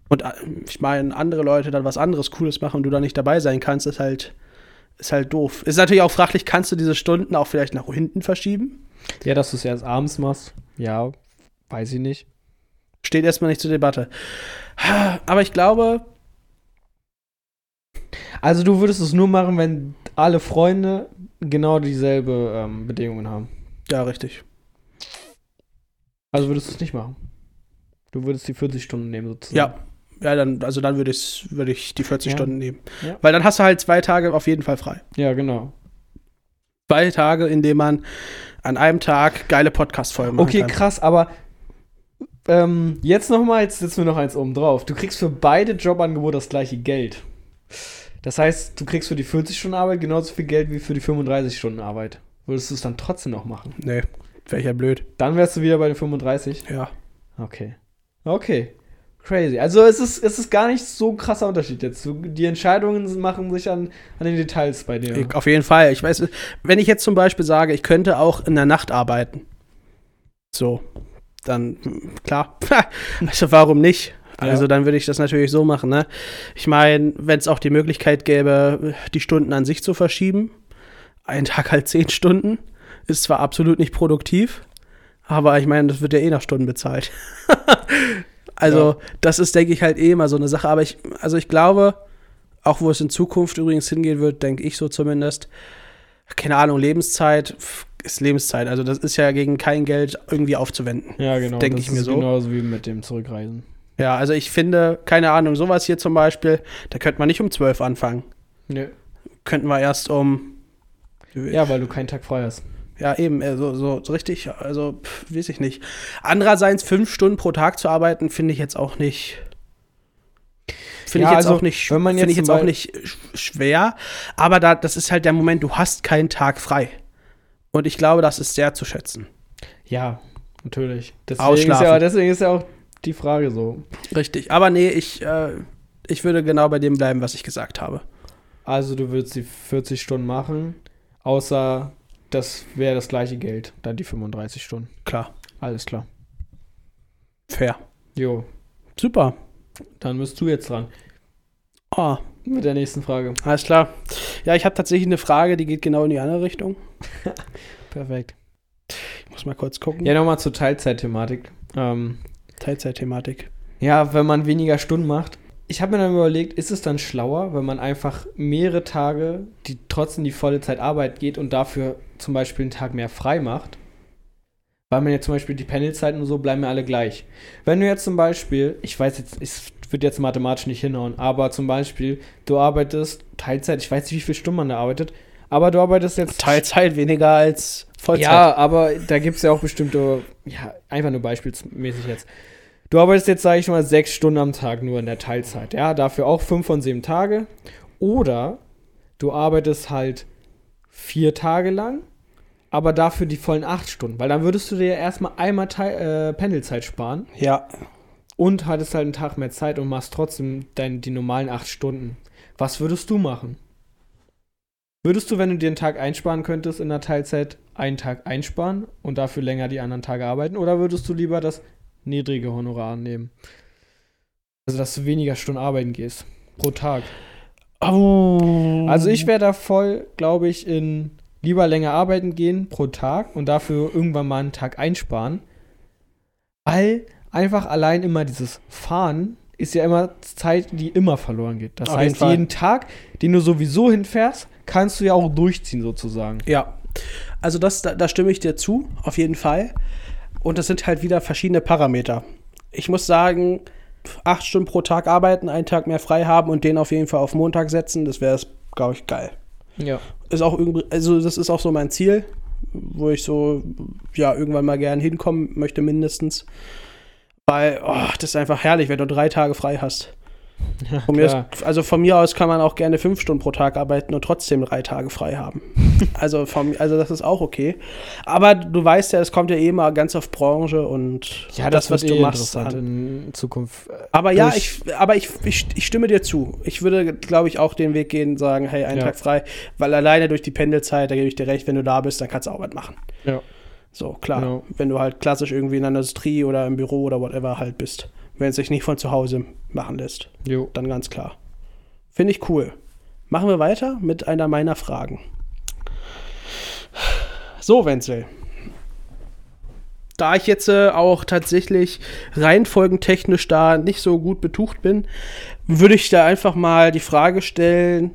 [SPEAKER 1] und äh, ich meine, andere Leute dann was anderes Cooles machen und du da nicht dabei sein kannst, ist halt, ist halt doof. Ist natürlich auch fraglich, kannst du diese Stunden auch vielleicht nach hinten verschieben?
[SPEAKER 2] ja, dass du es erst abends machst. Ja, weiß ich nicht.
[SPEAKER 1] Steht erstmal nicht zur Debatte. Aber ich glaube,
[SPEAKER 2] Also du würdest es nur machen, wenn alle Freunde genau dieselbe ähm, Bedingungen haben.
[SPEAKER 1] ja, richtig.
[SPEAKER 2] Also würdest du es nicht machen. Du würdest die 40 Stunden nehmen sozusagen.
[SPEAKER 1] Ja. Ja, dann, also dann würde ich, würde ich die 40
[SPEAKER 2] Ja.
[SPEAKER 1] Stunden nehmen.
[SPEAKER 2] Ja.
[SPEAKER 1] Weil dann hast du halt zwei Tage auf jeden Fall frei.
[SPEAKER 2] Ja, genau.
[SPEAKER 1] zwei Tage, in denen man an einem Tag geile Podcast-Folgen machen
[SPEAKER 2] Okay,
[SPEAKER 1] kann.
[SPEAKER 2] krass, aber ähm, jetzt nochmal, jetzt setzen wir noch eins oben drauf. Du kriegst für beide Jobangebote das gleiche Geld. Das heißt, du kriegst für die 40-Stunden-Arbeit genauso viel Geld wie für die 35-Stunden-Arbeit. Würdest du es dann trotzdem noch machen?
[SPEAKER 1] Nee, wäre ja blöd.
[SPEAKER 2] Dann wärst du wieder bei den 35.
[SPEAKER 1] Ja.
[SPEAKER 2] Okay. Okay. Crazy. Also es ist, es ist gar nicht so ein krasser Unterschied jetzt. Du- Die Entscheidungen machen sich an, an den Details bei dir.
[SPEAKER 1] Ich, auf jeden Fall. Ich weiß, wenn ich jetzt zum Beispiel sage, ich könnte auch in der Nacht arbeiten. So. Dann, hm, klar. *laughs* also warum nicht? Also
[SPEAKER 2] Ja.
[SPEAKER 1] dann würde ich das natürlich so machen, ne? Ich meine, wenn es auch die Möglichkeit gäbe, die Stunden an sich zu verschieben, einen Tag halt zehn Stunden, Ist zwar absolut nicht produktiv, aber ich meine, das wird ja eh nach Stunden bezahlt. *laughs* also, das ist, denke ich, halt eh immer so eine Sache. Aber ich, also ich glaube, auch wo es in Zukunft übrigens hingehen wird, denke ich so zumindest, keine Ahnung, Lebenszeit pff, ist Lebenszeit. Also, das ist ja gegen kein Geld irgendwie aufzuwenden.
[SPEAKER 2] Ja, genau.
[SPEAKER 1] Denk
[SPEAKER 2] das
[SPEAKER 1] ich mir
[SPEAKER 2] ist
[SPEAKER 1] so.
[SPEAKER 2] Genauso wie mit dem Zurückreisen.
[SPEAKER 1] Ja, also ich finde, keine Ahnung, sowas hier zum Beispiel, da könnte man nicht um 12 anfangen.
[SPEAKER 2] Nee.
[SPEAKER 1] Könnten wir erst um.
[SPEAKER 2] Ja, weil du keinen Tag frei hast.
[SPEAKER 1] Ja, eben, äh, so, so, so richtig, also pff, weiß ich nicht. Andererseits, fünf Stunden pro Tag zu arbeiten, finde ich jetzt auch nicht. Finde
[SPEAKER 2] Ja,
[SPEAKER 1] ich jetzt
[SPEAKER 2] also,
[SPEAKER 1] auch nicht,
[SPEAKER 2] wenn man
[SPEAKER 1] finde ich
[SPEAKER 2] jetzt
[SPEAKER 1] jetzt auch
[SPEAKER 2] mal-
[SPEAKER 1] nicht sch- schwer. Aber da, das ist halt der Moment, du hast keinen Tag frei. Und ich glaube, das ist sehr zu schätzen.
[SPEAKER 2] Ja, natürlich. Deswegen ist,
[SPEAKER 1] Ausschlafen.
[SPEAKER 2] ja, deswegen ist ja auch die Frage so.
[SPEAKER 1] Richtig. Aber nee, ich, äh, ich würde genau bei dem bleiben, was ich gesagt habe.
[SPEAKER 2] Also du würdest die 40 Stunden machen, außer das wäre das gleiche Geld, dann die 35 Stunden.
[SPEAKER 1] Klar.
[SPEAKER 2] Alles klar.
[SPEAKER 1] Fair.
[SPEAKER 2] Jo,
[SPEAKER 1] Super.
[SPEAKER 2] dann bist du jetzt dran
[SPEAKER 1] Oh,
[SPEAKER 2] mit der nächsten Frage.
[SPEAKER 1] alles klar. Ja, ich habe tatsächlich eine Frage, die geht genau in die andere Richtung.
[SPEAKER 2] Perfekt.
[SPEAKER 1] Ich muss mal kurz gucken.
[SPEAKER 2] Ja, nochmal zur Teilzeitthematik. Ähm,
[SPEAKER 1] Teilzeitthematik.
[SPEAKER 2] Ja, wenn man weniger Stunden macht. Ich habe mir dann überlegt, ist es dann schlauer, wenn man einfach mehrere Tage, die trotzdem die volle Zeit Arbeit geht und dafür zum Beispiel einen Tag mehr frei macht? Weil man jetzt zum Beispiel die Pendelzeiten und so bleiben ja alle gleich. Wenn du jetzt zum Beispiel, ich weiß jetzt, es wird jetzt mathematisch nicht hinhauen, aber zum Beispiel, du arbeitest Teilzeit, ich weiß nicht, wie viele Stunden man da arbeitet, aber du arbeitest jetzt
[SPEAKER 1] Teilzeit weniger als Vollzeit.
[SPEAKER 2] ja, aber da gibt es ja auch bestimmte, ja, einfach nur beispielsmäßig jetzt. Du arbeitest jetzt, sage ich mal, sechs Stunden am Tag nur in der Teilzeit. Ja, dafür auch fünf von sieben Tage. Oder du arbeitest halt vier Tage lang, aber dafür die vollen acht Stunden. Weil dann würdest du dir ja erstmal einmal Teil, äh, Pendelzeit sparen
[SPEAKER 1] Ja,
[SPEAKER 2] und hattest halt einen Tag mehr Zeit und machst trotzdem dein, die normalen acht Stunden. Was würdest du machen? Würdest du, wenn du dir einen Tag einsparen könntest in der Teilzeit, einen Tag einsparen und dafür länger die anderen Tage arbeiten? Oder würdest du lieber das niedrige Honorar annehmen? Also, dass du weniger Stunden arbeiten gehst pro Tag.
[SPEAKER 1] Oh.
[SPEAKER 2] Also, ich wäre da voll, glaube ich, in lieber länger arbeiten gehen pro Tag und dafür irgendwann mal einen Tag einsparen. Weil einfach allein immer dieses Fahren ist ja immer Zeit, die immer verloren geht. Das
[SPEAKER 1] Auf jeden
[SPEAKER 2] heißt,
[SPEAKER 1] Fall.
[SPEAKER 2] jeden Tag, den du sowieso hinfährst, kannst du ja auch durchziehen sozusagen.
[SPEAKER 1] Ja. Also das, da, da stimme ich dir zu, auf jeden Fall. Und das sind halt wieder verschiedene Parameter. Ich muss sagen, acht Stunden pro Tag arbeiten, einen Tag mehr frei haben und den auf jeden Fall auf Montag setzen, das wäre es, glaube ich, geil.
[SPEAKER 2] Ja.
[SPEAKER 1] Ist auch irgendwie, also das ist auch so mein Ziel, wo ich so ja irgendwann mal gern hinkommen möchte, mindestens. Weil, oh, das ist einfach herrlich, wenn du drei Tage frei hast. Von mir
[SPEAKER 2] klar.
[SPEAKER 1] aus, also von mir aus kann man auch gerne fünf Stunden pro Tag arbeiten und trotzdem drei Tage frei haben.
[SPEAKER 2] *laughs*
[SPEAKER 1] also, vom, also das ist auch okay. Aber du weißt ja, es kommt ja eh mal ganz auf Branche und
[SPEAKER 2] Ja, das, eh was du machst in Zukunft. äh,
[SPEAKER 1] Aber ja,
[SPEAKER 2] durch-
[SPEAKER 1] ich, aber ich, ich, ich stimme dir zu. Ich würde, glaube ich, auch den Weg gehen, sagen, hey, einen
[SPEAKER 2] Ja.
[SPEAKER 1] Tag frei, weil alleine durch die Pendelzeit, da gebe ich dir recht, wenn du da bist, dann kannst du auch was machen.
[SPEAKER 2] Ja.
[SPEAKER 1] So, klar.
[SPEAKER 2] Genau.
[SPEAKER 1] Wenn du halt klassisch irgendwie in der Industrie oder im Büro oder whatever halt bist. Wenn es sich nicht von zu Hause machen lässt
[SPEAKER 2] Jo.
[SPEAKER 1] dann ganz klar. Finde ich cool. Machen wir weiter mit einer meiner Fragen. So, Wenzel. Da ich jetzt äh, auch tatsächlich reihenfolgentechnisch da nicht so gut betucht bin, würde ich da einfach mal die Frage stellen: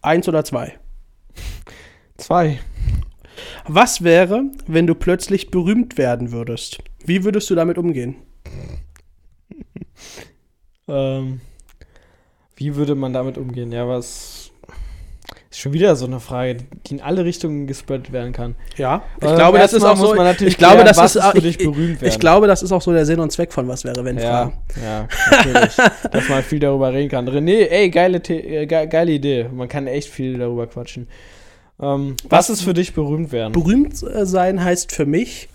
[SPEAKER 1] Eins oder zwei?
[SPEAKER 2] Zwei.
[SPEAKER 1] Was wäre, wenn du plötzlich berühmt werden würdest? Wie würdest du damit umgehen?
[SPEAKER 2] Ähm, wie würde man damit umgehen? Ja, was. Ist schon wieder so eine Frage, die in alle Richtungen gespreadet werden kann.
[SPEAKER 1] Ja, ich
[SPEAKER 2] Ähm,
[SPEAKER 1] glaube, das ist
[SPEAKER 2] erstmal
[SPEAKER 1] auch so.
[SPEAKER 2] muss man natürlich
[SPEAKER 1] ich glaube,
[SPEAKER 2] klären,
[SPEAKER 1] das
[SPEAKER 2] was
[SPEAKER 1] ist,
[SPEAKER 2] ist für
[SPEAKER 1] ich,
[SPEAKER 2] dich berühmt
[SPEAKER 1] ich
[SPEAKER 2] werden.
[SPEAKER 1] glaube, das ist auch so der Sinn und Zweck von was wäre, wenn
[SPEAKER 2] Ja,
[SPEAKER 1] Fragen.
[SPEAKER 2] ja, natürlich.
[SPEAKER 1] *laughs*
[SPEAKER 2] dass man viel darüber reden kann. René, ey, geile, The äh, ge geile Idee. Man kann echt viel darüber quatschen. Ähm, was, ist für dich berühmt werden?
[SPEAKER 1] Berühmt äh, sein heißt für mich,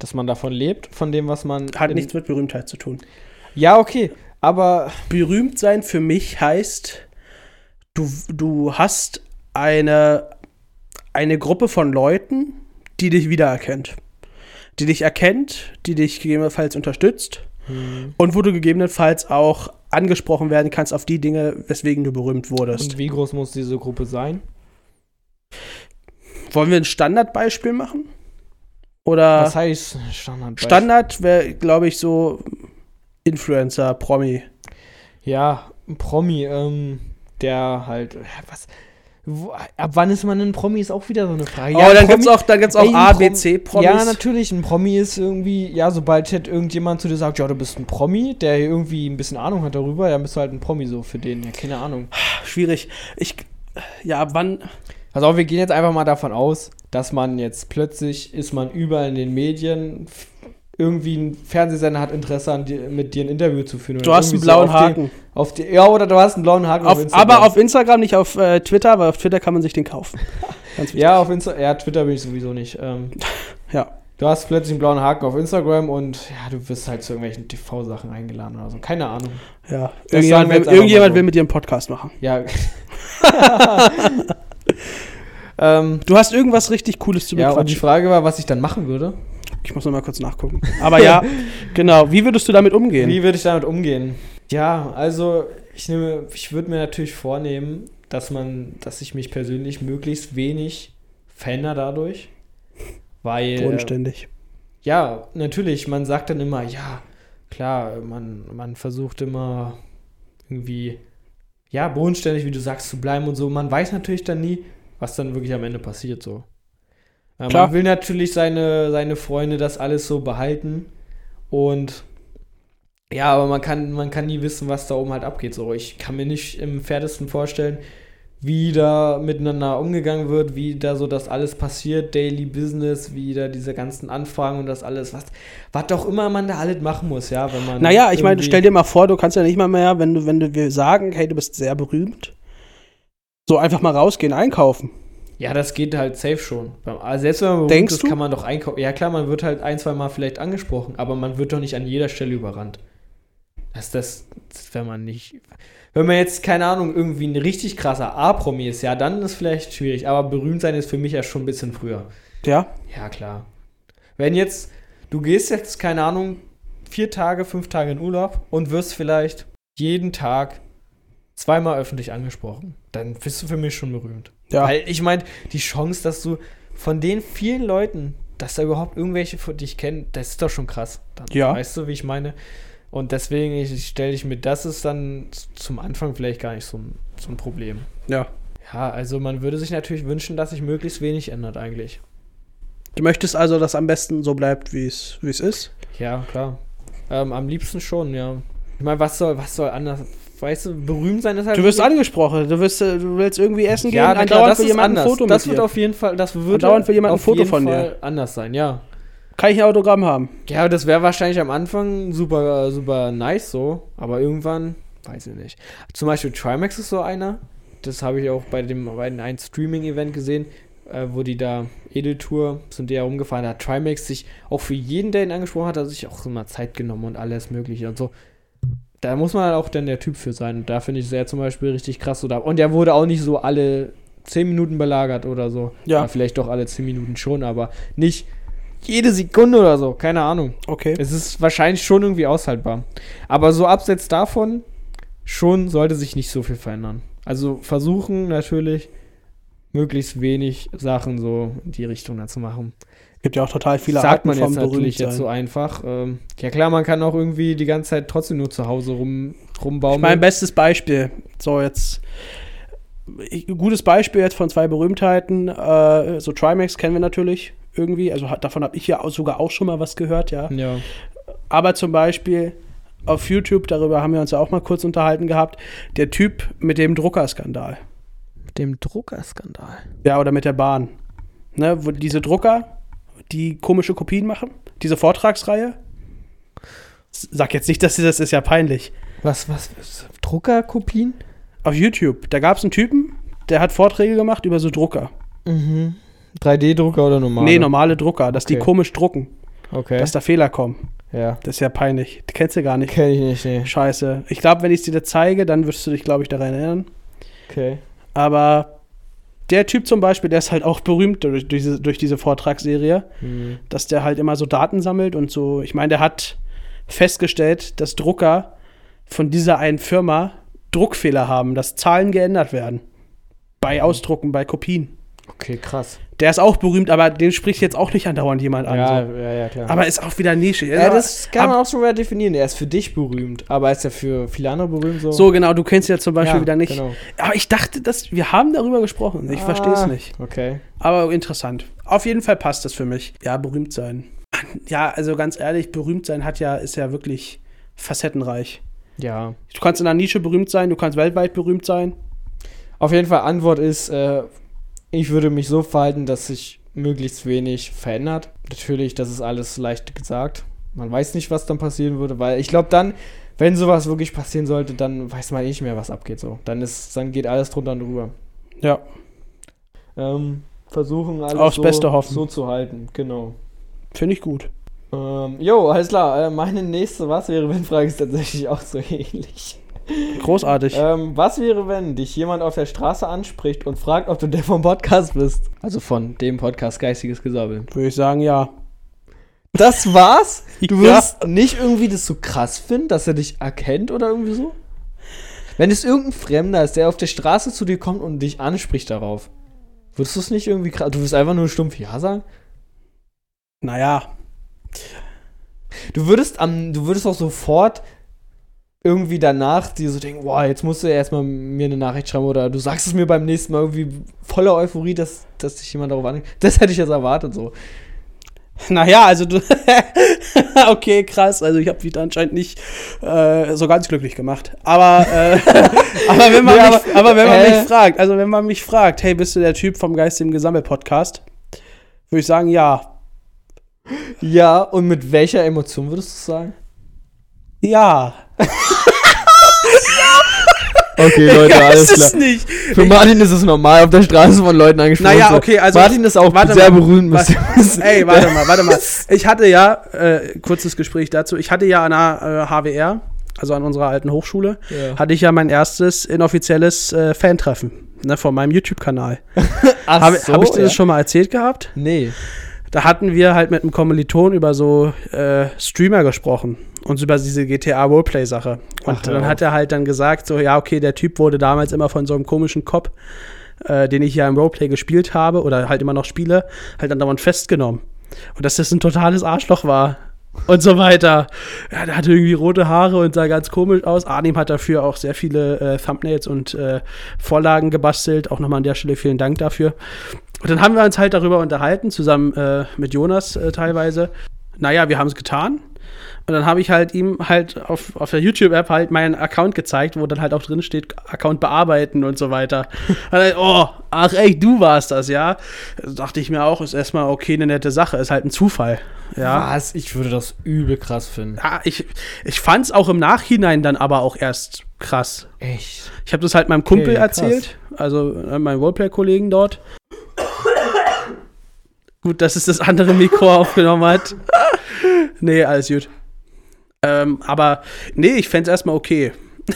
[SPEAKER 2] dass man davon lebt, von dem, was man.
[SPEAKER 1] hat
[SPEAKER 2] in-
[SPEAKER 1] nichts mit Berühmtheit zu tun.
[SPEAKER 2] Ja, okay. Aber
[SPEAKER 1] Berühmt sein für mich heißt, du, du hast eine, eine Gruppe von Leuten, die dich wiedererkennt. Die dich erkennt, die dich gegebenenfalls unterstützt und wo du gegebenenfalls auch angesprochen werden kannst auf die Dinge, weswegen du berühmt wurdest.
[SPEAKER 2] und wie groß muss diese Gruppe sein?
[SPEAKER 1] Wollen wir ein Standardbeispiel machen? Oder
[SPEAKER 2] Was heißt Standard?
[SPEAKER 1] Äh, Standard wäre, glaube ich, so Influencer, Promi.
[SPEAKER 2] Ja, ein Promi, ähm, der halt, ja, was, wo, ab wann ist man ein Promi, ist auch wieder so eine Frage.
[SPEAKER 1] oh,
[SPEAKER 2] ein
[SPEAKER 1] dann
[SPEAKER 2] Promi-
[SPEAKER 1] gibt es auch, dann gibt's
[SPEAKER 2] Ey,
[SPEAKER 1] auch
[SPEAKER 2] ein
[SPEAKER 1] A,
[SPEAKER 2] Prom-
[SPEAKER 1] B, C Promis.
[SPEAKER 2] Ja, natürlich, ein Promi ist irgendwie, ja, sobald halt irgendjemand zu dir sagt, ja, du bist ein Promi, der hier irgendwie ein bisschen Ahnung hat darüber, dann bist du halt ein Promi so für den, ja, keine Ahnung.
[SPEAKER 1] Schwierig. Ich, ja, ab wann?
[SPEAKER 2] Pass auf, wir gehen jetzt einfach mal davon aus, dass man jetzt plötzlich ist man überall in den Medien, f- irgendwie ein Fernsehsender hat Interesse an dir, mit dir ein Interview zu führen.
[SPEAKER 1] Du
[SPEAKER 2] oder
[SPEAKER 1] hast einen
[SPEAKER 2] irgendwie
[SPEAKER 1] blauen
[SPEAKER 2] auf die-
[SPEAKER 1] Haken.
[SPEAKER 2] auf die, ja, oder du hast einen blauen Haken
[SPEAKER 1] Auf,
[SPEAKER 2] Instagram.
[SPEAKER 1] aber auf Instagram, nicht auf äh, Twitter, weil auf Twitter kann man sich den
[SPEAKER 2] *laughs*
[SPEAKER 1] kaufen. Ganz wichtig.
[SPEAKER 2] Ja, auf Insta ja, Twitter bin ich sowieso nicht. Ähm,
[SPEAKER 1] *laughs* Ja.
[SPEAKER 2] du hast plötzlich einen blauen Haken auf Instagram und ja, du wirst halt zu irgendwelchen TV-Sachen eingeladen oder so. Keine Ahnung.
[SPEAKER 1] ja.
[SPEAKER 2] Das sagen
[SPEAKER 1] Irgendjemand,
[SPEAKER 2] wir jetzt
[SPEAKER 1] will,
[SPEAKER 2] einfach mal
[SPEAKER 1] irgendjemand
[SPEAKER 2] so.
[SPEAKER 1] will mit dir einen Podcast machen. *laughs*
[SPEAKER 2] Ja. ähm,
[SPEAKER 1] Du hast irgendwas richtig Cooles zu
[SPEAKER 2] ja, und die
[SPEAKER 1] bequatschen.
[SPEAKER 2] Frage war, was ich dann machen würde.
[SPEAKER 1] ich muss noch mal kurz nachgucken. Aber
[SPEAKER 2] *laughs*
[SPEAKER 1] ja, genau. Wie würdest du damit umgehen?
[SPEAKER 2] Wie würde ich damit umgehen? Ja, also ich nehme, ich würde mir natürlich vornehmen, dass man, dass ich mich persönlich möglichst wenig verändere dadurch. Weil
[SPEAKER 1] Bodenständig.
[SPEAKER 2] Ja, natürlich, man sagt dann immer, ja, klar, man, man versucht immer irgendwie, ja, bodenständig, wie du sagst, zu bleiben und so. Man weiß natürlich dann nie, was dann wirklich am Ende passiert, so. Äh,
[SPEAKER 1] Klar.
[SPEAKER 2] Man will natürlich seine, seine Freunde das alles so behalten und ja, aber man kann, man kann nie wissen, was da oben halt abgeht, so. Ich kann mir nicht im Pferdesten vorstellen, wie da miteinander umgegangen wird, wie da so das alles passiert, Daily Business, wie da diese ganzen Anfragen und das alles, was, was doch immer man da alles machen muss, ja, wenn man.
[SPEAKER 1] Naja, ich meine,
[SPEAKER 2] irgendwie-
[SPEAKER 1] stell dir mal vor, du kannst ja nicht mal mehr, wenn du, wenn du wir sagen, hey, du bist sehr berühmt, so einfach mal rausgehen, einkaufen.
[SPEAKER 2] Ja, das geht halt safe schon. Beim- Also selbst wenn man berühmt
[SPEAKER 1] Denkst
[SPEAKER 2] ist,
[SPEAKER 1] du?
[SPEAKER 2] kann man doch einkaufen. Ja klar, man wird halt ein, zwei Mal vielleicht angesprochen, aber man wird doch nicht an jeder Stelle überrannt. Das, das, das wenn man nicht. Wenn man jetzt, keine Ahnung, irgendwie ein richtig krasser A-Promi ist, ja, dann ist vielleicht schwierig. Aber berühmt sein ist für mich ja schon ein bisschen früher.
[SPEAKER 1] Ja,
[SPEAKER 2] Ja, klar. Wenn jetzt, du gehst jetzt, keine Ahnung, vier Tage, fünf Tage in Urlaub und wirst vielleicht jeden Tag zweimal öffentlich angesprochen, dann bist du für mich schon berühmt.
[SPEAKER 1] ja.
[SPEAKER 2] Weil ich meine, die Chance, dass du von den vielen Leuten, dass da überhaupt irgendwelche von dich kennen, das ist doch schon krass. Dann,
[SPEAKER 1] Ja.
[SPEAKER 2] Weißt du, wie ich meine? Und deswegen ich, stelle ich mir, das ist dann z- zum Anfang vielleicht gar nicht so ein, so ein Problem.
[SPEAKER 1] ja.
[SPEAKER 2] Ja, also man würde sich natürlich wünschen, dass sich möglichst wenig ändert eigentlich.
[SPEAKER 1] Du möchtest also, dass am besten so bleibt, wie es wie es ist.
[SPEAKER 2] Ja, klar. Ähm, am liebsten schon, ja. Ich meine, was soll, was soll anders? Weißt du, berühmt sein ist halt.
[SPEAKER 1] Du wirst
[SPEAKER 2] wirklich-
[SPEAKER 1] angesprochen, du, wirst, äh, du willst irgendwie essen gehen,
[SPEAKER 2] ja, na klar, das
[SPEAKER 1] will
[SPEAKER 2] ist
[SPEAKER 1] jemand
[SPEAKER 2] anders.
[SPEAKER 1] ein Foto
[SPEAKER 2] das
[SPEAKER 1] mit
[SPEAKER 2] wird
[SPEAKER 1] dir.
[SPEAKER 2] auf jeden Fall, das wird
[SPEAKER 1] Andauernd will jemand ein
[SPEAKER 2] auf
[SPEAKER 1] Foto
[SPEAKER 2] jeden
[SPEAKER 1] von dir.
[SPEAKER 2] Fall anders sein, ja.
[SPEAKER 1] Kann ich ein Autogramm haben?
[SPEAKER 2] Ja, das wäre wahrscheinlich am Anfang super, super nice so, aber irgendwann, weiß ich nicht. Zum Beispiel Trimax ist so einer. Das habe ich auch bei dem bei dem einen Streaming-Event gesehen, äh, wo die da Edeltour sind die ja rumgefahren. Da hat Trimax sich auch für jeden, der ihn angesprochen hat, hat sich auch so mal Zeit genommen und alles mögliche und so. Da muss man halt auch dann der Typ für sein. Und da finde ich sehr zum Beispiel richtig krass so da. Und der wurde auch nicht so alle 10 Minuten belagert oder so.
[SPEAKER 1] Ja.
[SPEAKER 2] vielleicht doch alle 10 Minuten schon, aber nicht jede Sekunde oder so. Keine Ahnung.
[SPEAKER 1] Okay.
[SPEAKER 2] Es ist wahrscheinlich schon irgendwie aushaltbar. Aber so abseits davon, schon sollte sich nicht so viel verändern. Also versuchen natürlich, möglichst wenig Sachen so in die Richtung da zu machen.
[SPEAKER 1] Gibt ja auch total viele
[SPEAKER 2] Sagt
[SPEAKER 1] Arten
[SPEAKER 2] man
[SPEAKER 1] von
[SPEAKER 2] jetzt natürlich
[SPEAKER 1] Berühmtsein.
[SPEAKER 2] jetzt so einfach. Ähm, ja klar, man kann auch irgendwie die ganze Zeit trotzdem nur zu Hause rum, rumbauen.
[SPEAKER 1] Mein bestes Beispiel. So, jetzt. Ich- Gutes Beispiel jetzt von zwei Berühmtheiten. Äh, so Trimax kennen wir natürlich irgendwie. Also hat, davon habe ich ja auch, sogar auch schon mal was gehört, ja.
[SPEAKER 2] ja.
[SPEAKER 1] Aber zum Beispiel auf YouTube, darüber haben wir uns ja auch mal kurz unterhalten gehabt, der Typ mit dem Druckerskandal.
[SPEAKER 2] Mit dem Druckerskandal.
[SPEAKER 1] Ja, oder mit der Bahn. Ne, wo diese Drucker, die komische Kopien machen, diese Vortragsreihe. S- Sag jetzt nicht, dass das ist ja peinlich.
[SPEAKER 2] Was, was? Druckerkopien?
[SPEAKER 1] Auf YouTube, da gab es einen Typen, der hat Vorträge gemacht über so Drucker.
[SPEAKER 2] Mhm. 3D-Drucker oder normal?
[SPEAKER 1] Nee, normale Drucker, dass die
[SPEAKER 2] Okay.
[SPEAKER 1] komisch drucken,
[SPEAKER 2] Okay.
[SPEAKER 1] dass da Fehler kommen.
[SPEAKER 2] ja.
[SPEAKER 1] Das ist ja peinlich. Die kennst du gar nicht.
[SPEAKER 2] Kenne ich nicht, nee.
[SPEAKER 1] Scheiße. Ich glaube, wenn ich es dir zeige, dann wirst du dich, glaube ich, daran erinnern.
[SPEAKER 2] Okay.
[SPEAKER 1] Aber der Typ zum Beispiel, der ist halt auch berühmt durch diese, durch diese Vortragsserie,
[SPEAKER 2] Mhm.
[SPEAKER 1] dass der halt immer so Daten sammelt und so. Ich meine, der hat festgestellt, dass Drucker von dieser einen Firma Druckfehler haben, dass Zahlen geändert werden. Bei Ausdrucken, bei Kopien.
[SPEAKER 2] Okay, krass.
[SPEAKER 1] Der ist auch berühmt, aber den spricht jetzt auch nicht andauernd jemand an.
[SPEAKER 2] ja,
[SPEAKER 1] so.
[SPEAKER 2] ja, ja, klar.
[SPEAKER 1] Aber ist auch wieder Also, Nische.
[SPEAKER 2] ja, das genau kann
[SPEAKER 1] aber,
[SPEAKER 2] man auch schon mal definieren. Er ist für dich berühmt, aber er ist ja für viele andere berühmt so.
[SPEAKER 1] so, genau, du kennst ihn ja zum Beispiel
[SPEAKER 2] Ja,
[SPEAKER 1] wieder nicht.
[SPEAKER 2] genau. Ah.
[SPEAKER 1] Aber ich dachte, dass, wir haben darüber gesprochen. Ich verstehe es nicht.
[SPEAKER 2] Okay.
[SPEAKER 1] Aber interessant. Auf jeden Fall passt das für mich. Ja, berühmt sein. Ja, also ganz ehrlich, berühmt sein hat ja, ist ja wirklich facettenreich.
[SPEAKER 2] Ja.
[SPEAKER 1] Du kannst in einer Nische berühmt sein, du kannst weltweit berühmt sein.
[SPEAKER 2] Auf jeden Fall, Antwort ist, äh, ich würde mich so verhalten, dass sich möglichst wenig verändert. Natürlich, das ist alles leicht gesagt. Man weiß nicht, was dann passieren würde, weil ich glaube dann, wenn sowas wirklich passieren sollte, dann weiß man eh nicht mehr, was abgeht so. Dann ist, dann geht alles drunter und drüber.
[SPEAKER 1] Ja.
[SPEAKER 2] Ähm, versuchen alles
[SPEAKER 1] Aufs
[SPEAKER 2] so,
[SPEAKER 1] Beste hoffen.
[SPEAKER 2] so zu halten, genau.
[SPEAKER 1] Finde ich gut.
[SPEAKER 2] Ähm, jo, alles klar. Äh, meine nächste Was wäre wenn Frage ist tatsächlich auch so ähnlich.
[SPEAKER 1] Großartig.
[SPEAKER 2] Ähm, was wäre, wenn dich jemand auf der Straße anspricht und fragt, ob du der vom Podcast bist? Also von dem Podcast Geistiges Gesabbel.
[SPEAKER 1] Würde ich sagen, ja.
[SPEAKER 2] Das *laughs* war's? Du
[SPEAKER 1] Ja.
[SPEAKER 2] würdest nicht irgendwie das so krass finden, dass er dich erkennt oder irgendwie so? Wenn es irgendein Fremder ist, der auf der Straße zu dir kommt und dich anspricht darauf, würdest du es nicht irgendwie krass. Du würdest einfach nur stumpf Ja sagen?
[SPEAKER 1] Naja.
[SPEAKER 2] Du würdest am, du würdest auch sofort irgendwie danach dir so denken, boah, jetzt musst du erstmal mir eine Nachricht schreiben oder du sagst es mir beim nächsten Mal irgendwie voller Euphorie, dass, dass dich jemand darauf angeht. Das hätte ich jetzt erwartet so.
[SPEAKER 1] Naja, also du. *laughs* okay, krass. Also ich habe dich anscheinend nicht äh, so ganz glücklich gemacht. Aber, äh, *laughs* aber wenn man,
[SPEAKER 2] Nee,
[SPEAKER 1] mich, aber wenn man
[SPEAKER 2] äh,
[SPEAKER 1] mich fragt, also wenn man mich fragt, hey, bist du der Typ vom Geist im Gesammel-Podcast? Würde ich sagen, ja.
[SPEAKER 2] Ja, und mit welcher Emotion würdest du es sagen?
[SPEAKER 1] Ja.
[SPEAKER 2] Okay, *laughs*
[SPEAKER 1] *laughs*
[SPEAKER 2] Leute,
[SPEAKER 1] Weiß es nicht.
[SPEAKER 2] Für Martin ist es normal, auf der Straße von Leuten angesprochen
[SPEAKER 1] Naja, okay, also-
[SPEAKER 2] Martin ist auch
[SPEAKER 1] warte
[SPEAKER 2] sehr
[SPEAKER 1] mal,
[SPEAKER 2] berühmt.
[SPEAKER 1] wa-
[SPEAKER 2] müsst ihr-
[SPEAKER 1] Ey,
[SPEAKER 2] *laughs*
[SPEAKER 1] warte mal, warte mal. Ich hatte ja, äh, kurzes Gespräch dazu, ich hatte ja an der äh, HWR, also an unserer alten Hochschule,
[SPEAKER 2] Ja.
[SPEAKER 1] hatte ich ja mein erstes inoffizielles äh, Fantreffen ne, von meinem YouTube-Kanal.
[SPEAKER 2] Ach
[SPEAKER 1] Habe
[SPEAKER 2] so,
[SPEAKER 1] hab ich dir
[SPEAKER 2] ja.
[SPEAKER 1] das schon mal erzählt gehabt?
[SPEAKER 2] Nee.
[SPEAKER 1] Da hatten wir halt mit einem Kommiliton über so äh, Streamer gesprochen und über diese GTA Roleplay-Sache. Und
[SPEAKER 2] Ach, hör
[SPEAKER 1] dann
[SPEAKER 2] auf.
[SPEAKER 1] hat er halt dann gesagt, so, ja, okay, der Typ wurde damals immer von so einem komischen Cop, äh, den ich ja im Roleplay gespielt habe oder halt immer noch spiele, halt dann dauernd festgenommen. Und dass das ein totales Arschloch war. Und so weiter. Ja, der hatte irgendwie rote Haare und sah ganz komisch aus. Arnim hat dafür auch sehr viele äh, Thumbnails und äh, Vorlagen gebastelt. Auch nochmal an der Stelle vielen Dank dafür. Und dann haben wir uns halt darüber unterhalten, zusammen äh, mit Jonas äh, teilweise. Naja, wir haben es getan. Und dann habe ich halt ihm halt auf, auf der YouTube-App halt meinen Account gezeigt, wo dann halt auch drin steht, Account bearbeiten und so weiter. Und dann, oh, ach echt, du warst das, ja? Dachte ich mir auch, ist erstmal okay, eine nette Sache, ist halt ein Zufall. Ja.
[SPEAKER 2] Was? Ich würde das übel krass finden.
[SPEAKER 1] ja ich, ich fand es auch im Nachhinein dann aber auch erst krass.
[SPEAKER 2] Echt?
[SPEAKER 1] Ich habe das halt meinem Kumpel
[SPEAKER 2] Okay, krass.
[SPEAKER 1] erzählt, also äh, meinem Roleplay-Kollegen dort. gut, dass es das andere Mikro *laughs* aufgenommen hat. nee, alles gut. Ähm, aber nee, ich fände es erstmal okay. *laughs*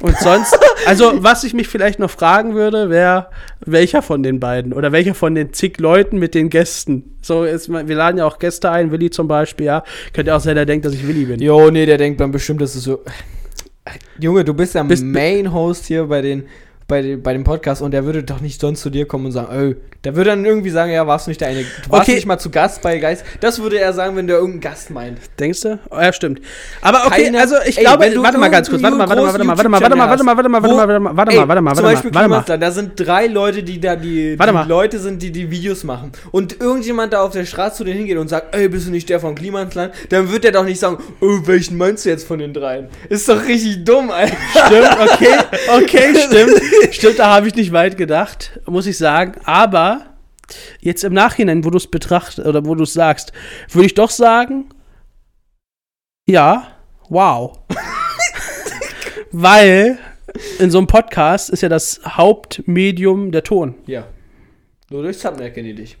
[SPEAKER 1] Und sonst, also was ich mich vielleicht noch fragen würde, wäre, welcher von den beiden oder welcher von den zig Leuten mit den Gästen. So ist, man- wir laden ja auch Gäste ein, Willi zum Beispiel, ja. Könnte auch sein, der denkt, dass ich Willi bin.
[SPEAKER 2] Jo, nee, der denkt dann bestimmt, dass es so. äh, Junge, du bist der
[SPEAKER 1] Bist-
[SPEAKER 2] Main Host hier bei den bei, den- bei dem Podcast und der würde doch nicht sonst zu dir kommen und sagen, öh, der würde dann irgendwie sagen, ja, warst du nicht der eine, du warst
[SPEAKER 1] Okay.
[SPEAKER 2] nicht mal zu Gast bei Geist. Das würde er sagen, wenn der irgendeinen Gast meint.
[SPEAKER 1] Denkst du? Oh, ja, stimmt. Aber okay,
[SPEAKER 2] Keine-
[SPEAKER 1] also ich
[SPEAKER 2] Ey,
[SPEAKER 1] glaube,
[SPEAKER 2] wenn du
[SPEAKER 1] warte mal ganz kurz, warte mal, warte mal, warte mal, warte mal, warte mal, warte mal, warte mal, warte mal, warte mal, warte
[SPEAKER 2] Ey,
[SPEAKER 1] mal, warte mal,
[SPEAKER 2] zum
[SPEAKER 1] warte
[SPEAKER 2] Beispiel
[SPEAKER 1] mal, warte mal.
[SPEAKER 2] Klimastern, da sind drei Leute, die da die,
[SPEAKER 1] Warte
[SPEAKER 2] die
[SPEAKER 1] mal.
[SPEAKER 2] Leute sind, die die Videos machen. Und irgendjemand da auf der Straße zu denen hingeht und sagt, ey, bist du nicht der von Klimansland? Dann wird der doch nicht sagen, oh, welchen meinst du jetzt von den dreien? Ist doch richtig dumm, Alter.
[SPEAKER 1] *laughs* Stimmt, okay, okay,
[SPEAKER 2] *laughs*
[SPEAKER 1] stimmt. Stimmt, da habe ich nicht weit gedacht, muss ich sagen. Aber jetzt im Nachhinein, wo du es betrachtest oder wo du es sagst, würde ich doch sagen, ja, wow. Weil in so einem Podcast ist ja das Hauptmedium der Ton.
[SPEAKER 2] Ja. Nur durch Thumbnail kenne ich dich.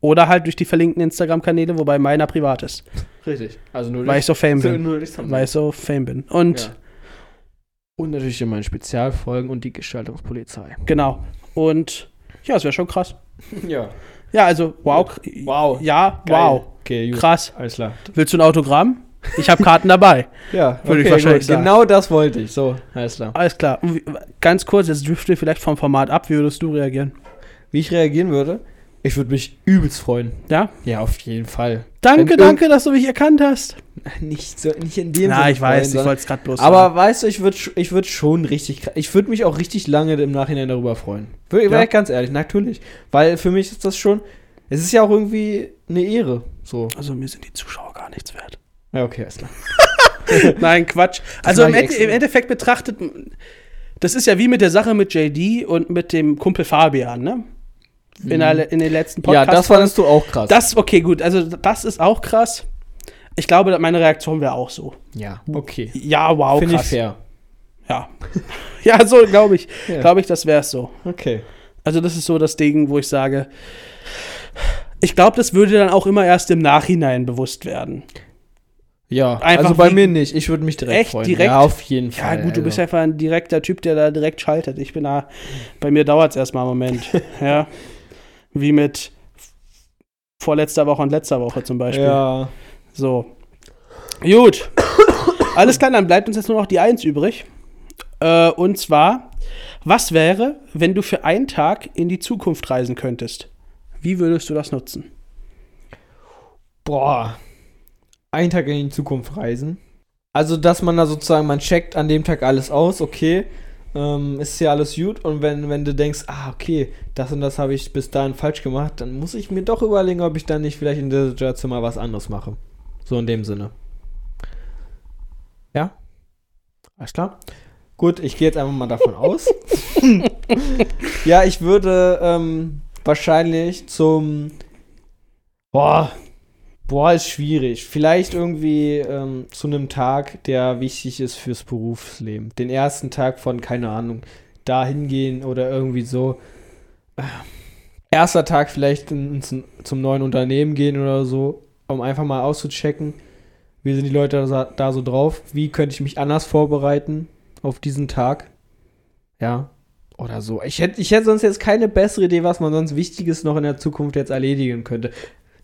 [SPEAKER 1] Oder halt durch die verlinkten Instagram-Kanäle, wobei meiner privat ist.
[SPEAKER 2] Richtig. Also nur
[SPEAKER 1] Weil ich so Fame bin.
[SPEAKER 2] nur durch Thumbnail.
[SPEAKER 1] weil ich so Fame bin. Und
[SPEAKER 2] Ja. Und natürlich in meinen Spezialfolgen und die Gestaltungspolizei.
[SPEAKER 1] genau. Und ja, es wäre schon krass.
[SPEAKER 2] Ja.
[SPEAKER 1] Ja, also wow.
[SPEAKER 2] Wow.
[SPEAKER 1] Ja,
[SPEAKER 2] Geil.
[SPEAKER 1] wow.
[SPEAKER 2] Okay, gut.
[SPEAKER 1] Krass.
[SPEAKER 2] Alles klar.
[SPEAKER 1] Willst du ein Autogramm? Ich habe Karten dabei.
[SPEAKER 2] Ja,
[SPEAKER 1] Würde ich wahrscheinlich sagen.
[SPEAKER 2] Genau das wollte ich. So, alles klar.
[SPEAKER 1] *laughs* Alles klar. Und wie- Ganz kurz, jetzt driften wir vielleicht vom Format ab. Wie würdest du reagieren?
[SPEAKER 2] Wie ich reagieren würde? Ich würde mich übelst freuen.
[SPEAKER 1] Ja?
[SPEAKER 2] Ja, auf jeden Fall.
[SPEAKER 1] Danke,
[SPEAKER 2] Wenn
[SPEAKER 1] danke, dass du mich erkannt hast.
[SPEAKER 2] irgend- *laughs* Nicht, so, nicht in dem
[SPEAKER 1] Na, ich weiß, ich
[SPEAKER 2] freuen,
[SPEAKER 1] wollte es gerade bloß
[SPEAKER 2] sondern- Aber weißt du, ich würde ich würd schon richtig, kr- ich würde mich auch richtig lange im Nachhinein darüber freuen. Wär, wär
[SPEAKER 1] Ja.
[SPEAKER 2] ich ganz ehrlich, natürlich. Weil für mich ist das schon, es ist ja auch irgendwie eine Ehre. So.
[SPEAKER 1] Also mir sind die Zuschauer gar nichts wert.
[SPEAKER 2] Ja, okay, alles klar.
[SPEAKER 1] Nein, Quatsch. Also
[SPEAKER 2] mach
[SPEAKER 1] im,
[SPEAKER 2] ich
[SPEAKER 1] Ende-
[SPEAKER 2] extra.
[SPEAKER 1] im Endeffekt betrachtet, das ist ja wie mit der Sache mit JD und mit dem Kumpel Fabian, ne? In, der, in den letzten
[SPEAKER 2] Mhm. ja,
[SPEAKER 1] Podcasts.
[SPEAKER 2] das fandest du auch krass.
[SPEAKER 1] Das, okay, gut. Also das ist auch krass. Ich glaube, meine Reaktion wäre auch so.
[SPEAKER 2] ja, okay.
[SPEAKER 1] Ja, wow,
[SPEAKER 2] Finde ich
[SPEAKER 1] krass.
[SPEAKER 2] fair.
[SPEAKER 1] Ja. *laughs* ja, so glaube ich.
[SPEAKER 2] Ja.
[SPEAKER 1] Glaube ich, das wäre es so.
[SPEAKER 2] Okay.
[SPEAKER 1] Also das ist so das Ding, wo ich sage, ich glaube, das würde dann auch immer erst im Nachhinein bewusst werden.
[SPEAKER 2] Ja,
[SPEAKER 1] Einfach
[SPEAKER 2] also bei
[SPEAKER 1] wie-
[SPEAKER 2] mir nicht. Ich würde mich direkt
[SPEAKER 1] Echt?
[SPEAKER 2] freuen.
[SPEAKER 1] Direkt?
[SPEAKER 2] Ja, auf jeden
[SPEAKER 1] Ja,
[SPEAKER 2] Fall.
[SPEAKER 1] gut, du bist
[SPEAKER 2] also.
[SPEAKER 1] einfach ein direkter Typ, der da direkt schaltet. Ich bin da, bei mir dauert es erstmal einen *laughs* Moment. ja. Wie mit vorletzter Woche und letzter Woche zum Beispiel.
[SPEAKER 2] Ja.
[SPEAKER 1] So. Gut. Alles klar, dann bleibt uns jetzt nur noch die Eins übrig. Äh, und zwar, was wäre, wenn du für einen Tag in die Zukunft reisen könntest? Wie würdest du das nutzen?
[SPEAKER 2] Boah. Einen Tag in die Zukunft reisen. Also, dass man da sozusagen, man checkt an dem Tag alles aus, okay, ähm, ist ja alles gut. Und wenn, wenn du denkst, ah, okay, das und das habe ich bis dahin falsch gemacht, dann muss ich mir doch überlegen, ob ich dann nicht vielleicht in der Situation mal was anderes mache. So in dem Sinne. Ja? Alles klar. Gut, ich gehe jetzt einfach mal davon aus. ja, ich würde ähm, wahrscheinlich zum. Boah. Boah, ist schwierig. Vielleicht irgendwie ähm, zu einem Tag, der wichtig ist fürs Berufsleben. Den ersten Tag von, keine Ahnung, da hingehen oder irgendwie so. Äh, Erster Tag vielleicht in, in, zum neuen Unternehmen gehen oder so, um einfach mal auszuchecken, wie sind die Leute da, da so drauf, wie könnte ich mich anders vorbereiten auf diesen Tag. Ja, oder so. Ich hätte ich hätt sonst jetzt keine bessere Idee, was man sonst Wichtiges noch in der Zukunft jetzt erledigen könnte.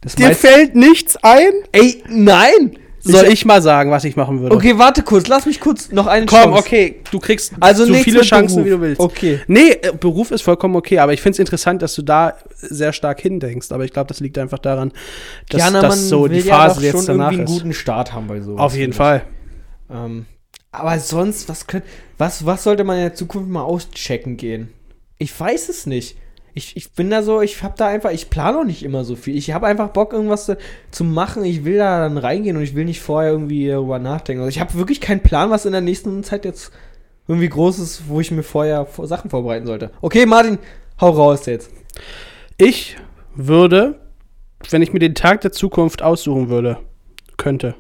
[SPEAKER 2] Das meiste-
[SPEAKER 1] fällt nichts ein?
[SPEAKER 2] Ey, nein!
[SPEAKER 1] Soll ich, mal sagen, was ich machen würde?
[SPEAKER 2] Okay, warte kurz, lass mich kurz noch einen
[SPEAKER 1] Komm, okay, du kriegst
[SPEAKER 2] Also
[SPEAKER 1] so
[SPEAKER 2] nichts
[SPEAKER 1] viele
[SPEAKER 2] mit
[SPEAKER 1] Chancen,
[SPEAKER 2] Beruf.
[SPEAKER 1] wie du willst.
[SPEAKER 2] Okay.
[SPEAKER 1] Nee, äh, Beruf ist vollkommen okay, aber ich finde es interessant, dass du da sehr stark hindenkst. Aber ich glaube, das liegt einfach daran, dass,
[SPEAKER 2] Jana, man
[SPEAKER 1] dass so die
[SPEAKER 2] will ja doch
[SPEAKER 1] Phase jetzt
[SPEAKER 2] schon
[SPEAKER 1] danach
[SPEAKER 2] irgendwie einen
[SPEAKER 1] ist.
[SPEAKER 2] guten Start haben bei so.
[SPEAKER 1] Auf jeden Fall.
[SPEAKER 2] Ähm, aber sonst, was, könnt, was, was sollte man in der Zukunft mal auschecken gehen? Ich weiß es nicht. Ich, ich bin da so, ich hab da einfach, ich plane auch nicht immer so viel. Ich habe einfach Bock, irgendwas zu, zu machen. Ich will da dann reingehen und ich will nicht vorher irgendwie darüber nachdenken. Also ich habe wirklich keinen Plan, was in der nächsten Zeit jetzt irgendwie groß ist, wo ich mir vorher vor- Sachen vorbereiten sollte. Okay, Martin, hau raus jetzt.
[SPEAKER 1] Ich würde, wenn ich mir den Tag der Zukunft aussuchen würde, könnte.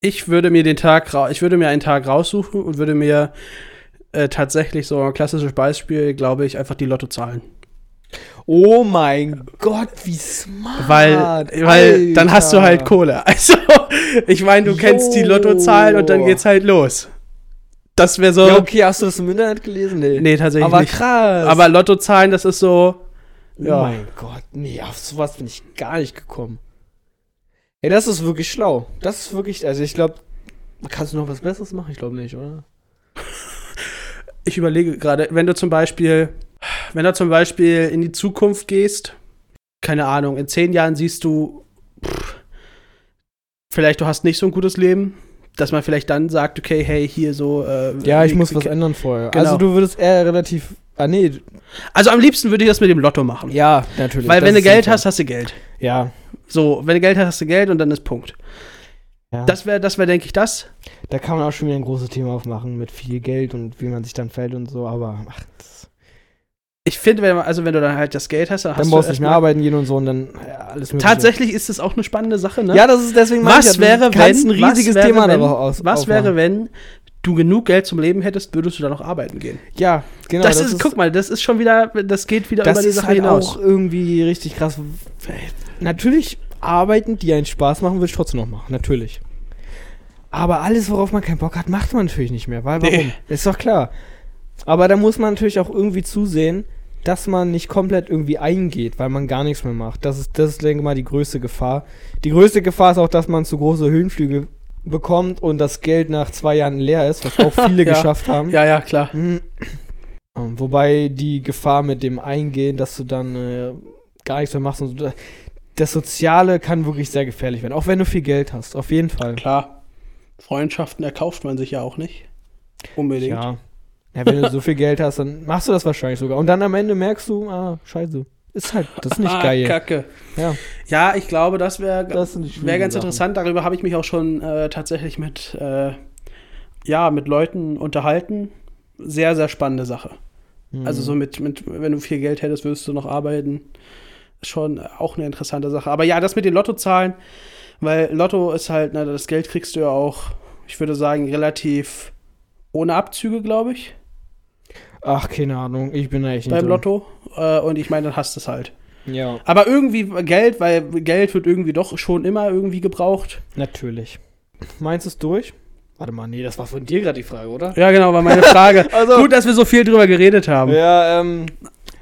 [SPEAKER 1] Ich würde mir den Tag, ra- ich würde mir einen Tag raussuchen und würde mir äh, tatsächlich so ein klassisches Beispiel, glaube ich, einfach die Lottozahlen.
[SPEAKER 2] Oh mein Gott, wie smart.
[SPEAKER 1] Weil, weil dann hast du halt
[SPEAKER 2] Alter.
[SPEAKER 1] Kohle. *laughs* Also, ich meine, du kennst die
[SPEAKER 2] Jo.
[SPEAKER 1] Lottozahlen und dann geht's halt los. Das wäre so.
[SPEAKER 2] Ja, okay, hast du das im Internet gelesen?
[SPEAKER 1] Nee, tatsächlich
[SPEAKER 2] Aber
[SPEAKER 1] nicht.
[SPEAKER 2] krass.
[SPEAKER 1] Aber Lottozahlen, das ist so.
[SPEAKER 2] Oh
[SPEAKER 1] Ja.
[SPEAKER 2] mein Gott, nee, auf sowas bin ich gar nicht gekommen. Ey, das ist wirklich schlau. Das ist wirklich, also ich glaube, kannst du noch was Besseres machen? Ich glaube nicht, oder?
[SPEAKER 1] Ich überlege gerade, wenn du zum Beispiel, wenn du zum Beispiel in die Zukunft gehst, keine Ahnung, in zehn Jahren siehst du, pff, vielleicht du hast nicht so ein gutes Leben, dass man vielleicht dann sagt, okay, hey, hier so. Äh,
[SPEAKER 2] ändern vorher.
[SPEAKER 1] Genau.
[SPEAKER 2] Also du würdest eher relativ, ah nee,
[SPEAKER 1] Also am liebsten würde ich das mit dem Lotto machen.
[SPEAKER 2] ja, natürlich.
[SPEAKER 1] Weil
[SPEAKER 2] das
[SPEAKER 1] wenn du
[SPEAKER 2] ist
[SPEAKER 1] Geld
[SPEAKER 2] sinnvoll.
[SPEAKER 1] hast, hast du Geld.
[SPEAKER 2] ja.
[SPEAKER 1] So, wenn du Geld hast, hast du Geld und dann ist Punkt.
[SPEAKER 2] ja.
[SPEAKER 1] Das wäre, das wäre, denke ich, das.
[SPEAKER 2] da kann man auch schon wieder ein großes Thema aufmachen mit viel Geld und wie man sich dann fällt und so, aber ach, das,
[SPEAKER 1] Ich finde, wenn, man- also wenn du dann halt das Geld hast, dann hast
[SPEAKER 2] dann brauchst du nicht mehr
[SPEAKER 1] erstmal-
[SPEAKER 2] arbeiten gehen und so und dann ja, alles mögliche.
[SPEAKER 1] Tatsächlich ist das auch eine spannende Sache, ne?
[SPEAKER 2] Ja, das ist deswegen meine ich
[SPEAKER 1] was
[SPEAKER 2] ja, du
[SPEAKER 1] wäre,
[SPEAKER 2] kannst
[SPEAKER 1] wenn,
[SPEAKER 2] ein
[SPEAKER 1] was
[SPEAKER 2] riesiges
[SPEAKER 1] wäre,
[SPEAKER 2] Thema
[SPEAKER 1] wenn,
[SPEAKER 2] daraus aus-
[SPEAKER 1] was wäre,
[SPEAKER 2] aufmachen.
[SPEAKER 1] wenn du genug Geld zum Leben hättest, würdest du dann noch arbeiten gehen?
[SPEAKER 2] Ja, genau.
[SPEAKER 1] das, ist, guck mal, das ist schon wieder, das geht wieder
[SPEAKER 2] das
[SPEAKER 1] über die
[SPEAKER 2] ist
[SPEAKER 1] Sache
[SPEAKER 2] halt
[SPEAKER 1] hinaus.
[SPEAKER 2] auch irgendwie richtig krass. Natürlich arbeiten, die einen Spaß machen, will ich trotzdem noch machen, natürlich. Aber alles, worauf man keinen Bock hat, macht man natürlich nicht
[SPEAKER 1] *laughs*
[SPEAKER 2] mehr. Weil warum?
[SPEAKER 1] Nee.
[SPEAKER 2] Ist doch klar. Aber da muss man natürlich auch irgendwie zusehen, dass man nicht komplett irgendwie eingeht, weil man gar nichts mehr macht. Das ist, das ist denke ich mal, die größte Gefahr. Die größte Gefahr ist auch, dass man zu große Höhenflüge bekommt und das Geld nach zwei Jahren leer
[SPEAKER 1] *laughs*
[SPEAKER 2] ist, was auch viele
[SPEAKER 1] Ja.
[SPEAKER 2] geschafft haben.
[SPEAKER 1] ja, ja, klar.
[SPEAKER 2] Mhm. Ähm, Wobei die Gefahr mit dem Eingehen, dass du dann äh, gar nichts mehr machst. Und so. das Soziale kann wirklich sehr gefährlich werden, auch wenn du viel Geld hast, auf jeden Fall.
[SPEAKER 1] Klar, Freundschaften erkauft man sich ja auch nicht. Unbedingt.
[SPEAKER 2] Ja. ja, wenn du so viel Geld hast, dann machst du das wahrscheinlich sogar. Und dann am Ende merkst du, ah, scheiße, ist halt, das ist nicht
[SPEAKER 1] ah,
[SPEAKER 2] geil.
[SPEAKER 1] Kacke.
[SPEAKER 2] Ja.
[SPEAKER 1] Ja, ich glaube, das wäre
[SPEAKER 2] Das sind die schwierigen
[SPEAKER 1] Wäre ganz
[SPEAKER 2] Sachen.
[SPEAKER 1] interessant, darüber habe ich mich auch schon äh, tatsächlich mit, äh, ja, mit Leuten unterhalten. Sehr, sehr spannende Sache.
[SPEAKER 2] Mhm. Hm.
[SPEAKER 1] Also so mit, mit, wenn du viel Geld hättest, würdest du noch arbeiten. Schon auch eine interessante Sache. Aber ja, das mit den Lottozahlen, weil Lotto ist halt, na, das Geld kriegst du ja auch, ich würde sagen, relativ ohne Abzüge, glaube ich,
[SPEAKER 2] Ach, keine Ahnung, ich bin da echt nicht
[SPEAKER 1] beim
[SPEAKER 2] drin.
[SPEAKER 1] Lotto. Äh, und ich meine, dann hast du es halt.
[SPEAKER 2] Ja,
[SPEAKER 1] Aber irgendwie Geld, weil Geld wird irgendwie doch schon immer irgendwie gebraucht.
[SPEAKER 2] natürlich. Meinst du es durch? Warte mal, nee, das war von dir gerade die Frage, oder?
[SPEAKER 1] Ja, genau, war meine Frage.
[SPEAKER 2] *laughs* Also-
[SPEAKER 1] Gut, dass wir so viel drüber geredet haben.
[SPEAKER 2] Ja, ähm.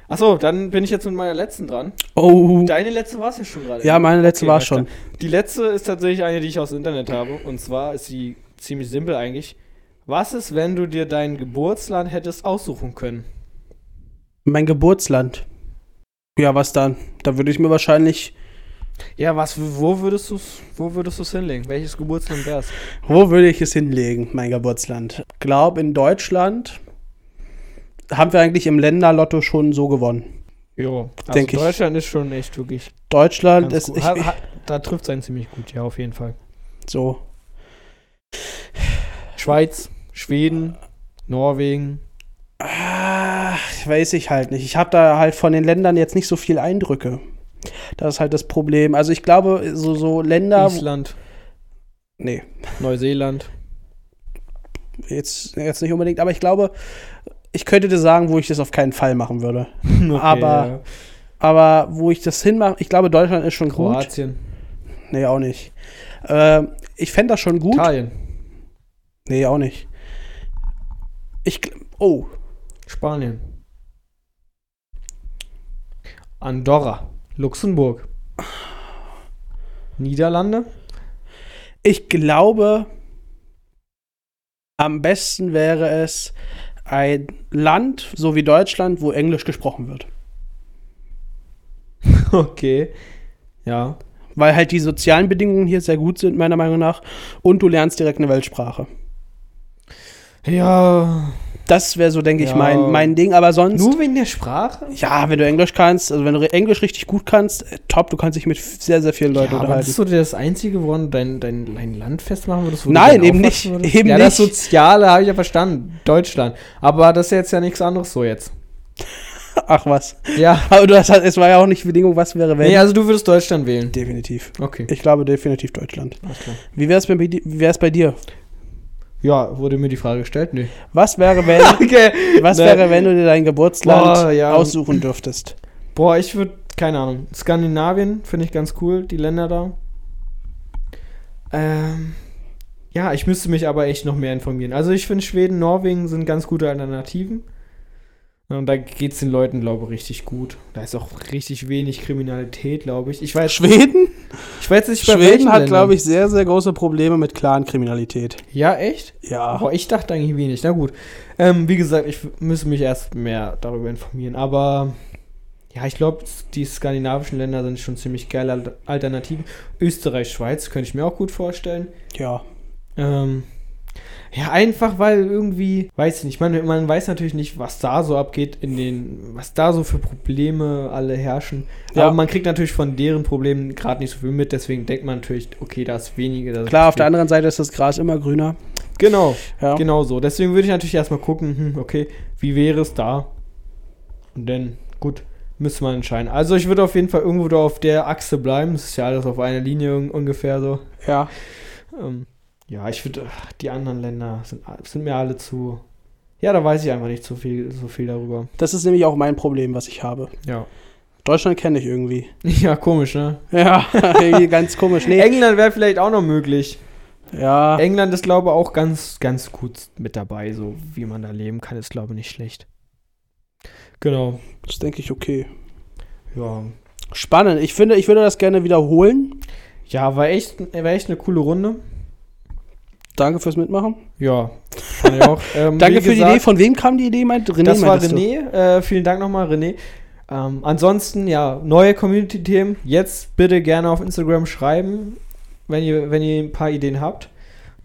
[SPEAKER 2] Achso, dann bin ich jetzt mit meiner letzten dran.
[SPEAKER 1] Oh.
[SPEAKER 2] Deine letzte war es ja schon gerade.
[SPEAKER 1] Ja, meine letzte
[SPEAKER 2] Okay,
[SPEAKER 1] war
[SPEAKER 2] alles
[SPEAKER 1] schon.
[SPEAKER 2] klar. Die letzte ist tatsächlich eine, die ich aus dem Internet habe. Und zwar ist sie ziemlich simpel eigentlich. Was ist, wenn du dir dein Geburtsland hättest aussuchen können?
[SPEAKER 1] Mein Geburtsland. Ja, was dann? Da würde ich mir wahrscheinlich.
[SPEAKER 2] Ja, was, wo würdest du es wo würdest du's hinlegen? Welches Geburtsland wär's?
[SPEAKER 1] Wo würde ich es hinlegen, mein Geburtsland? Glaub, in Deutschland haben wir eigentlich im Länderlotto schon so gewonnen.
[SPEAKER 2] Jo, also
[SPEAKER 1] Denk ich.
[SPEAKER 2] Deutschland ist schon echt wirklich
[SPEAKER 1] Deutschland
[SPEAKER 2] ganz
[SPEAKER 1] ist.
[SPEAKER 2] gut.
[SPEAKER 1] Ich,
[SPEAKER 2] Ha-
[SPEAKER 1] ich,
[SPEAKER 2] ha- da trifft es einen ziemlich gut, ja, auf jeden Fall.
[SPEAKER 1] so.
[SPEAKER 2] Schweiz, Schweden, Norwegen.
[SPEAKER 1] Ach, weiß ich halt nicht. Ich habe da halt von den Ländern jetzt nicht so viel Eindrücke. Das ist halt das Problem. Also ich glaube, so, so Länder.
[SPEAKER 2] Island,
[SPEAKER 1] Nee,
[SPEAKER 2] Neuseeland.
[SPEAKER 1] jetzt, jetzt nicht unbedingt, aber ich glaube, ich könnte dir sagen, wo ich das auf keinen Fall machen würde. *laughs* Aber- Aber wo ich das hinmache, ich glaube, Deutschland ist schon gut.
[SPEAKER 2] Kroatien,
[SPEAKER 1] Nee, auch nicht. Ähm, ich fände das schon gut.
[SPEAKER 2] Italien,
[SPEAKER 1] Nee, auch nicht. Ich. gl- Oh,
[SPEAKER 2] Spanien, Andorra, Luxemburg, Niederlande. *laughs*
[SPEAKER 1] ich glaube, am besten wäre es ein Land, so wie Deutschland, wo Englisch gesprochen wird.
[SPEAKER 2] Okay. Ja.
[SPEAKER 1] Weil halt die sozialen Bedingungen hier sehr gut sind, meiner Meinung nach. Und du lernst direkt eine Weltsprache.
[SPEAKER 2] Ja.
[SPEAKER 1] Das wäre so, denke ich,
[SPEAKER 2] Ja.
[SPEAKER 1] mein, mein Ding. Aber sonst.
[SPEAKER 2] Nur wegen der Sprache?
[SPEAKER 1] Ja, wenn du Englisch kannst, also wenn du Englisch richtig gut kannst, äh, top, du kannst dich mit f- sehr, sehr vielen Leuten
[SPEAKER 2] ja, aber
[SPEAKER 1] unterhalten.
[SPEAKER 2] bist du dir das Einzige, woran du dein, dein, dein Land festmachen würdest? wo du
[SPEAKER 1] Nein,
[SPEAKER 2] deinen
[SPEAKER 1] eben
[SPEAKER 2] aufwachsen
[SPEAKER 1] nicht,
[SPEAKER 2] würdest?
[SPEAKER 1] eben
[SPEAKER 2] ja, das
[SPEAKER 1] nicht.
[SPEAKER 2] Soziale habe ich ja verstanden. Deutschland. Aber das ist jetzt ja nichts anderes so jetzt.
[SPEAKER 1] Ach was.
[SPEAKER 2] Ja.
[SPEAKER 1] Aber du hast halt, es war ja auch nicht Bedingung, was wäre, *laughs* wenn.
[SPEAKER 2] Nee, also du würdest Deutschland wählen.
[SPEAKER 1] Definitiv.
[SPEAKER 2] Okay.
[SPEAKER 1] Ich glaube definitiv Deutschland.
[SPEAKER 2] Alles klar.
[SPEAKER 1] Wie wäre es bei, di- wie wär's bei dir?
[SPEAKER 2] Ja, wurde mir die Frage gestellt? Nee.
[SPEAKER 1] Was wäre,
[SPEAKER 2] *laughs*
[SPEAKER 1] wenn,
[SPEAKER 2] Okay.
[SPEAKER 1] was
[SPEAKER 2] Nee.
[SPEAKER 1] wäre, wenn du dir dein Geburtsland
[SPEAKER 2] Boah, ja.
[SPEAKER 1] aussuchen dürftest?
[SPEAKER 2] Boah, ich würde, keine Ahnung. Skandinavien finde ich ganz cool, die Länder da. Ähm, ja, ich müsste mich aber echt noch mehr informieren. Also ich finde Schweden, Norwegen sind ganz gute Alternativen. Und da geht es den Leuten, glaube ich, richtig gut. Da ist auch richtig wenig Kriminalität, glaube ich. Ich weiß,
[SPEAKER 1] Schweden?
[SPEAKER 2] ich weiß nicht, Äh, bei welchen
[SPEAKER 1] Schweden hat,
[SPEAKER 2] Ländern.
[SPEAKER 1] glaube ich, sehr, sehr große Probleme mit Clan-Kriminalität.
[SPEAKER 2] Ja, echt?
[SPEAKER 1] Ja.
[SPEAKER 2] Aber ich dachte eigentlich wenig. Na gut. Ähm, wie gesagt, ich w- müsste mich erst mehr darüber informieren. Aber ja, ich glaube, die skandinavischen Länder sind schon ziemlich geile Al- Alternativen. Österreich, Schweiz könnte ich mir auch gut vorstellen.
[SPEAKER 1] Ja.
[SPEAKER 2] Ähm, ja, einfach weil irgendwie, weiß ich nicht, man, man weiß natürlich nicht, was da so abgeht, in den, was da so für Probleme alle herrschen.
[SPEAKER 1] Ja.
[SPEAKER 2] Aber man kriegt natürlich von deren Problemen gerade nicht so viel mit, deswegen denkt man natürlich, okay, da ist weniger. da ist
[SPEAKER 1] Klar, auf
[SPEAKER 2] viel.
[SPEAKER 1] der anderen Seite ist das Gras immer grüner.
[SPEAKER 2] Genau.
[SPEAKER 1] Ja.
[SPEAKER 2] Genau so. Deswegen würde ich natürlich erstmal gucken, hm, okay, wie wäre es da? Und dann, gut, müsste man entscheiden. Also ich würde auf jeden Fall irgendwo da auf der Achse bleiben. Es ist ja alles auf einer Linie un- ungefähr so.
[SPEAKER 1] Ja.
[SPEAKER 2] Ähm, ja, ich würde, ach, die anderen Länder sind, a- sind mir alle zu. Ja, da weiß ich einfach nicht so viel, so viel darüber.
[SPEAKER 1] Das ist nämlich auch mein Problem, was ich habe.
[SPEAKER 2] Ja.
[SPEAKER 1] Deutschland kenne ich irgendwie.
[SPEAKER 2] *laughs* Ja, komisch, ne?
[SPEAKER 1] Ja, *laughs* irgendwie ganz komisch. Nee.
[SPEAKER 2] England wäre vielleicht auch noch möglich.
[SPEAKER 1] Ja.
[SPEAKER 2] England ist, glaube ich, auch ganz, ganz gut mit dabei. So wie man da leben kann, ist, glaube ich, nicht schlecht. Genau.
[SPEAKER 1] Das denke ich okay.
[SPEAKER 2] Ja,
[SPEAKER 1] Spannend. Ich finde, ich würde das gerne wiederholen.
[SPEAKER 2] Ja, war echt, war echt eine coole Runde.
[SPEAKER 1] Danke fürs Mitmachen.
[SPEAKER 2] Ja, fand
[SPEAKER 1] *laughs*
[SPEAKER 2] ich auch. Ähm,
[SPEAKER 1] Danke
[SPEAKER 2] wie
[SPEAKER 1] für die
[SPEAKER 2] gesagt,
[SPEAKER 1] Idee. Von wem kam die Idee? Meint René?
[SPEAKER 2] das war
[SPEAKER 1] meintest du?
[SPEAKER 2] René. Äh, vielen Dank nochmal, René. Ähm, ansonsten, ja, neue Community-Themen. Jetzt bitte gerne auf Instagram schreiben, wenn ihr, wenn ihr ein paar Ideen habt.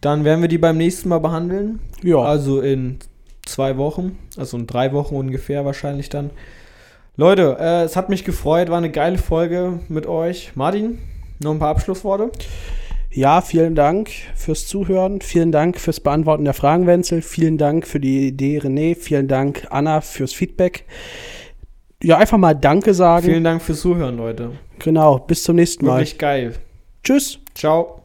[SPEAKER 2] Dann werden wir die beim nächsten Mal behandeln.
[SPEAKER 1] Ja.
[SPEAKER 2] Also in zwei Wochen, also in drei Wochen ungefähr wahrscheinlich dann. Leute, äh, es hat mich gefreut, war eine geile Folge mit euch. Martin, noch ein paar Abschlussworte.
[SPEAKER 1] Ja, vielen Dank fürs Zuhören. Vielen Dank fürs Beantworten der Fragen, Wenzel. Vielen Dank für die Idee, René. Vielen Dank, Anna, fürs Feedback. Ja, einfach mal Danke sagen.
[SPEAKER 2] Vielen Dank fürs Zuhören, Leute.
[SPEAKER 1] genau, bis zum nächsten Mal.
[SPEAKER 2] Wirklich geil.
[SPEAKER 1] Tschüss.
[SPEAKER 2] Ciao.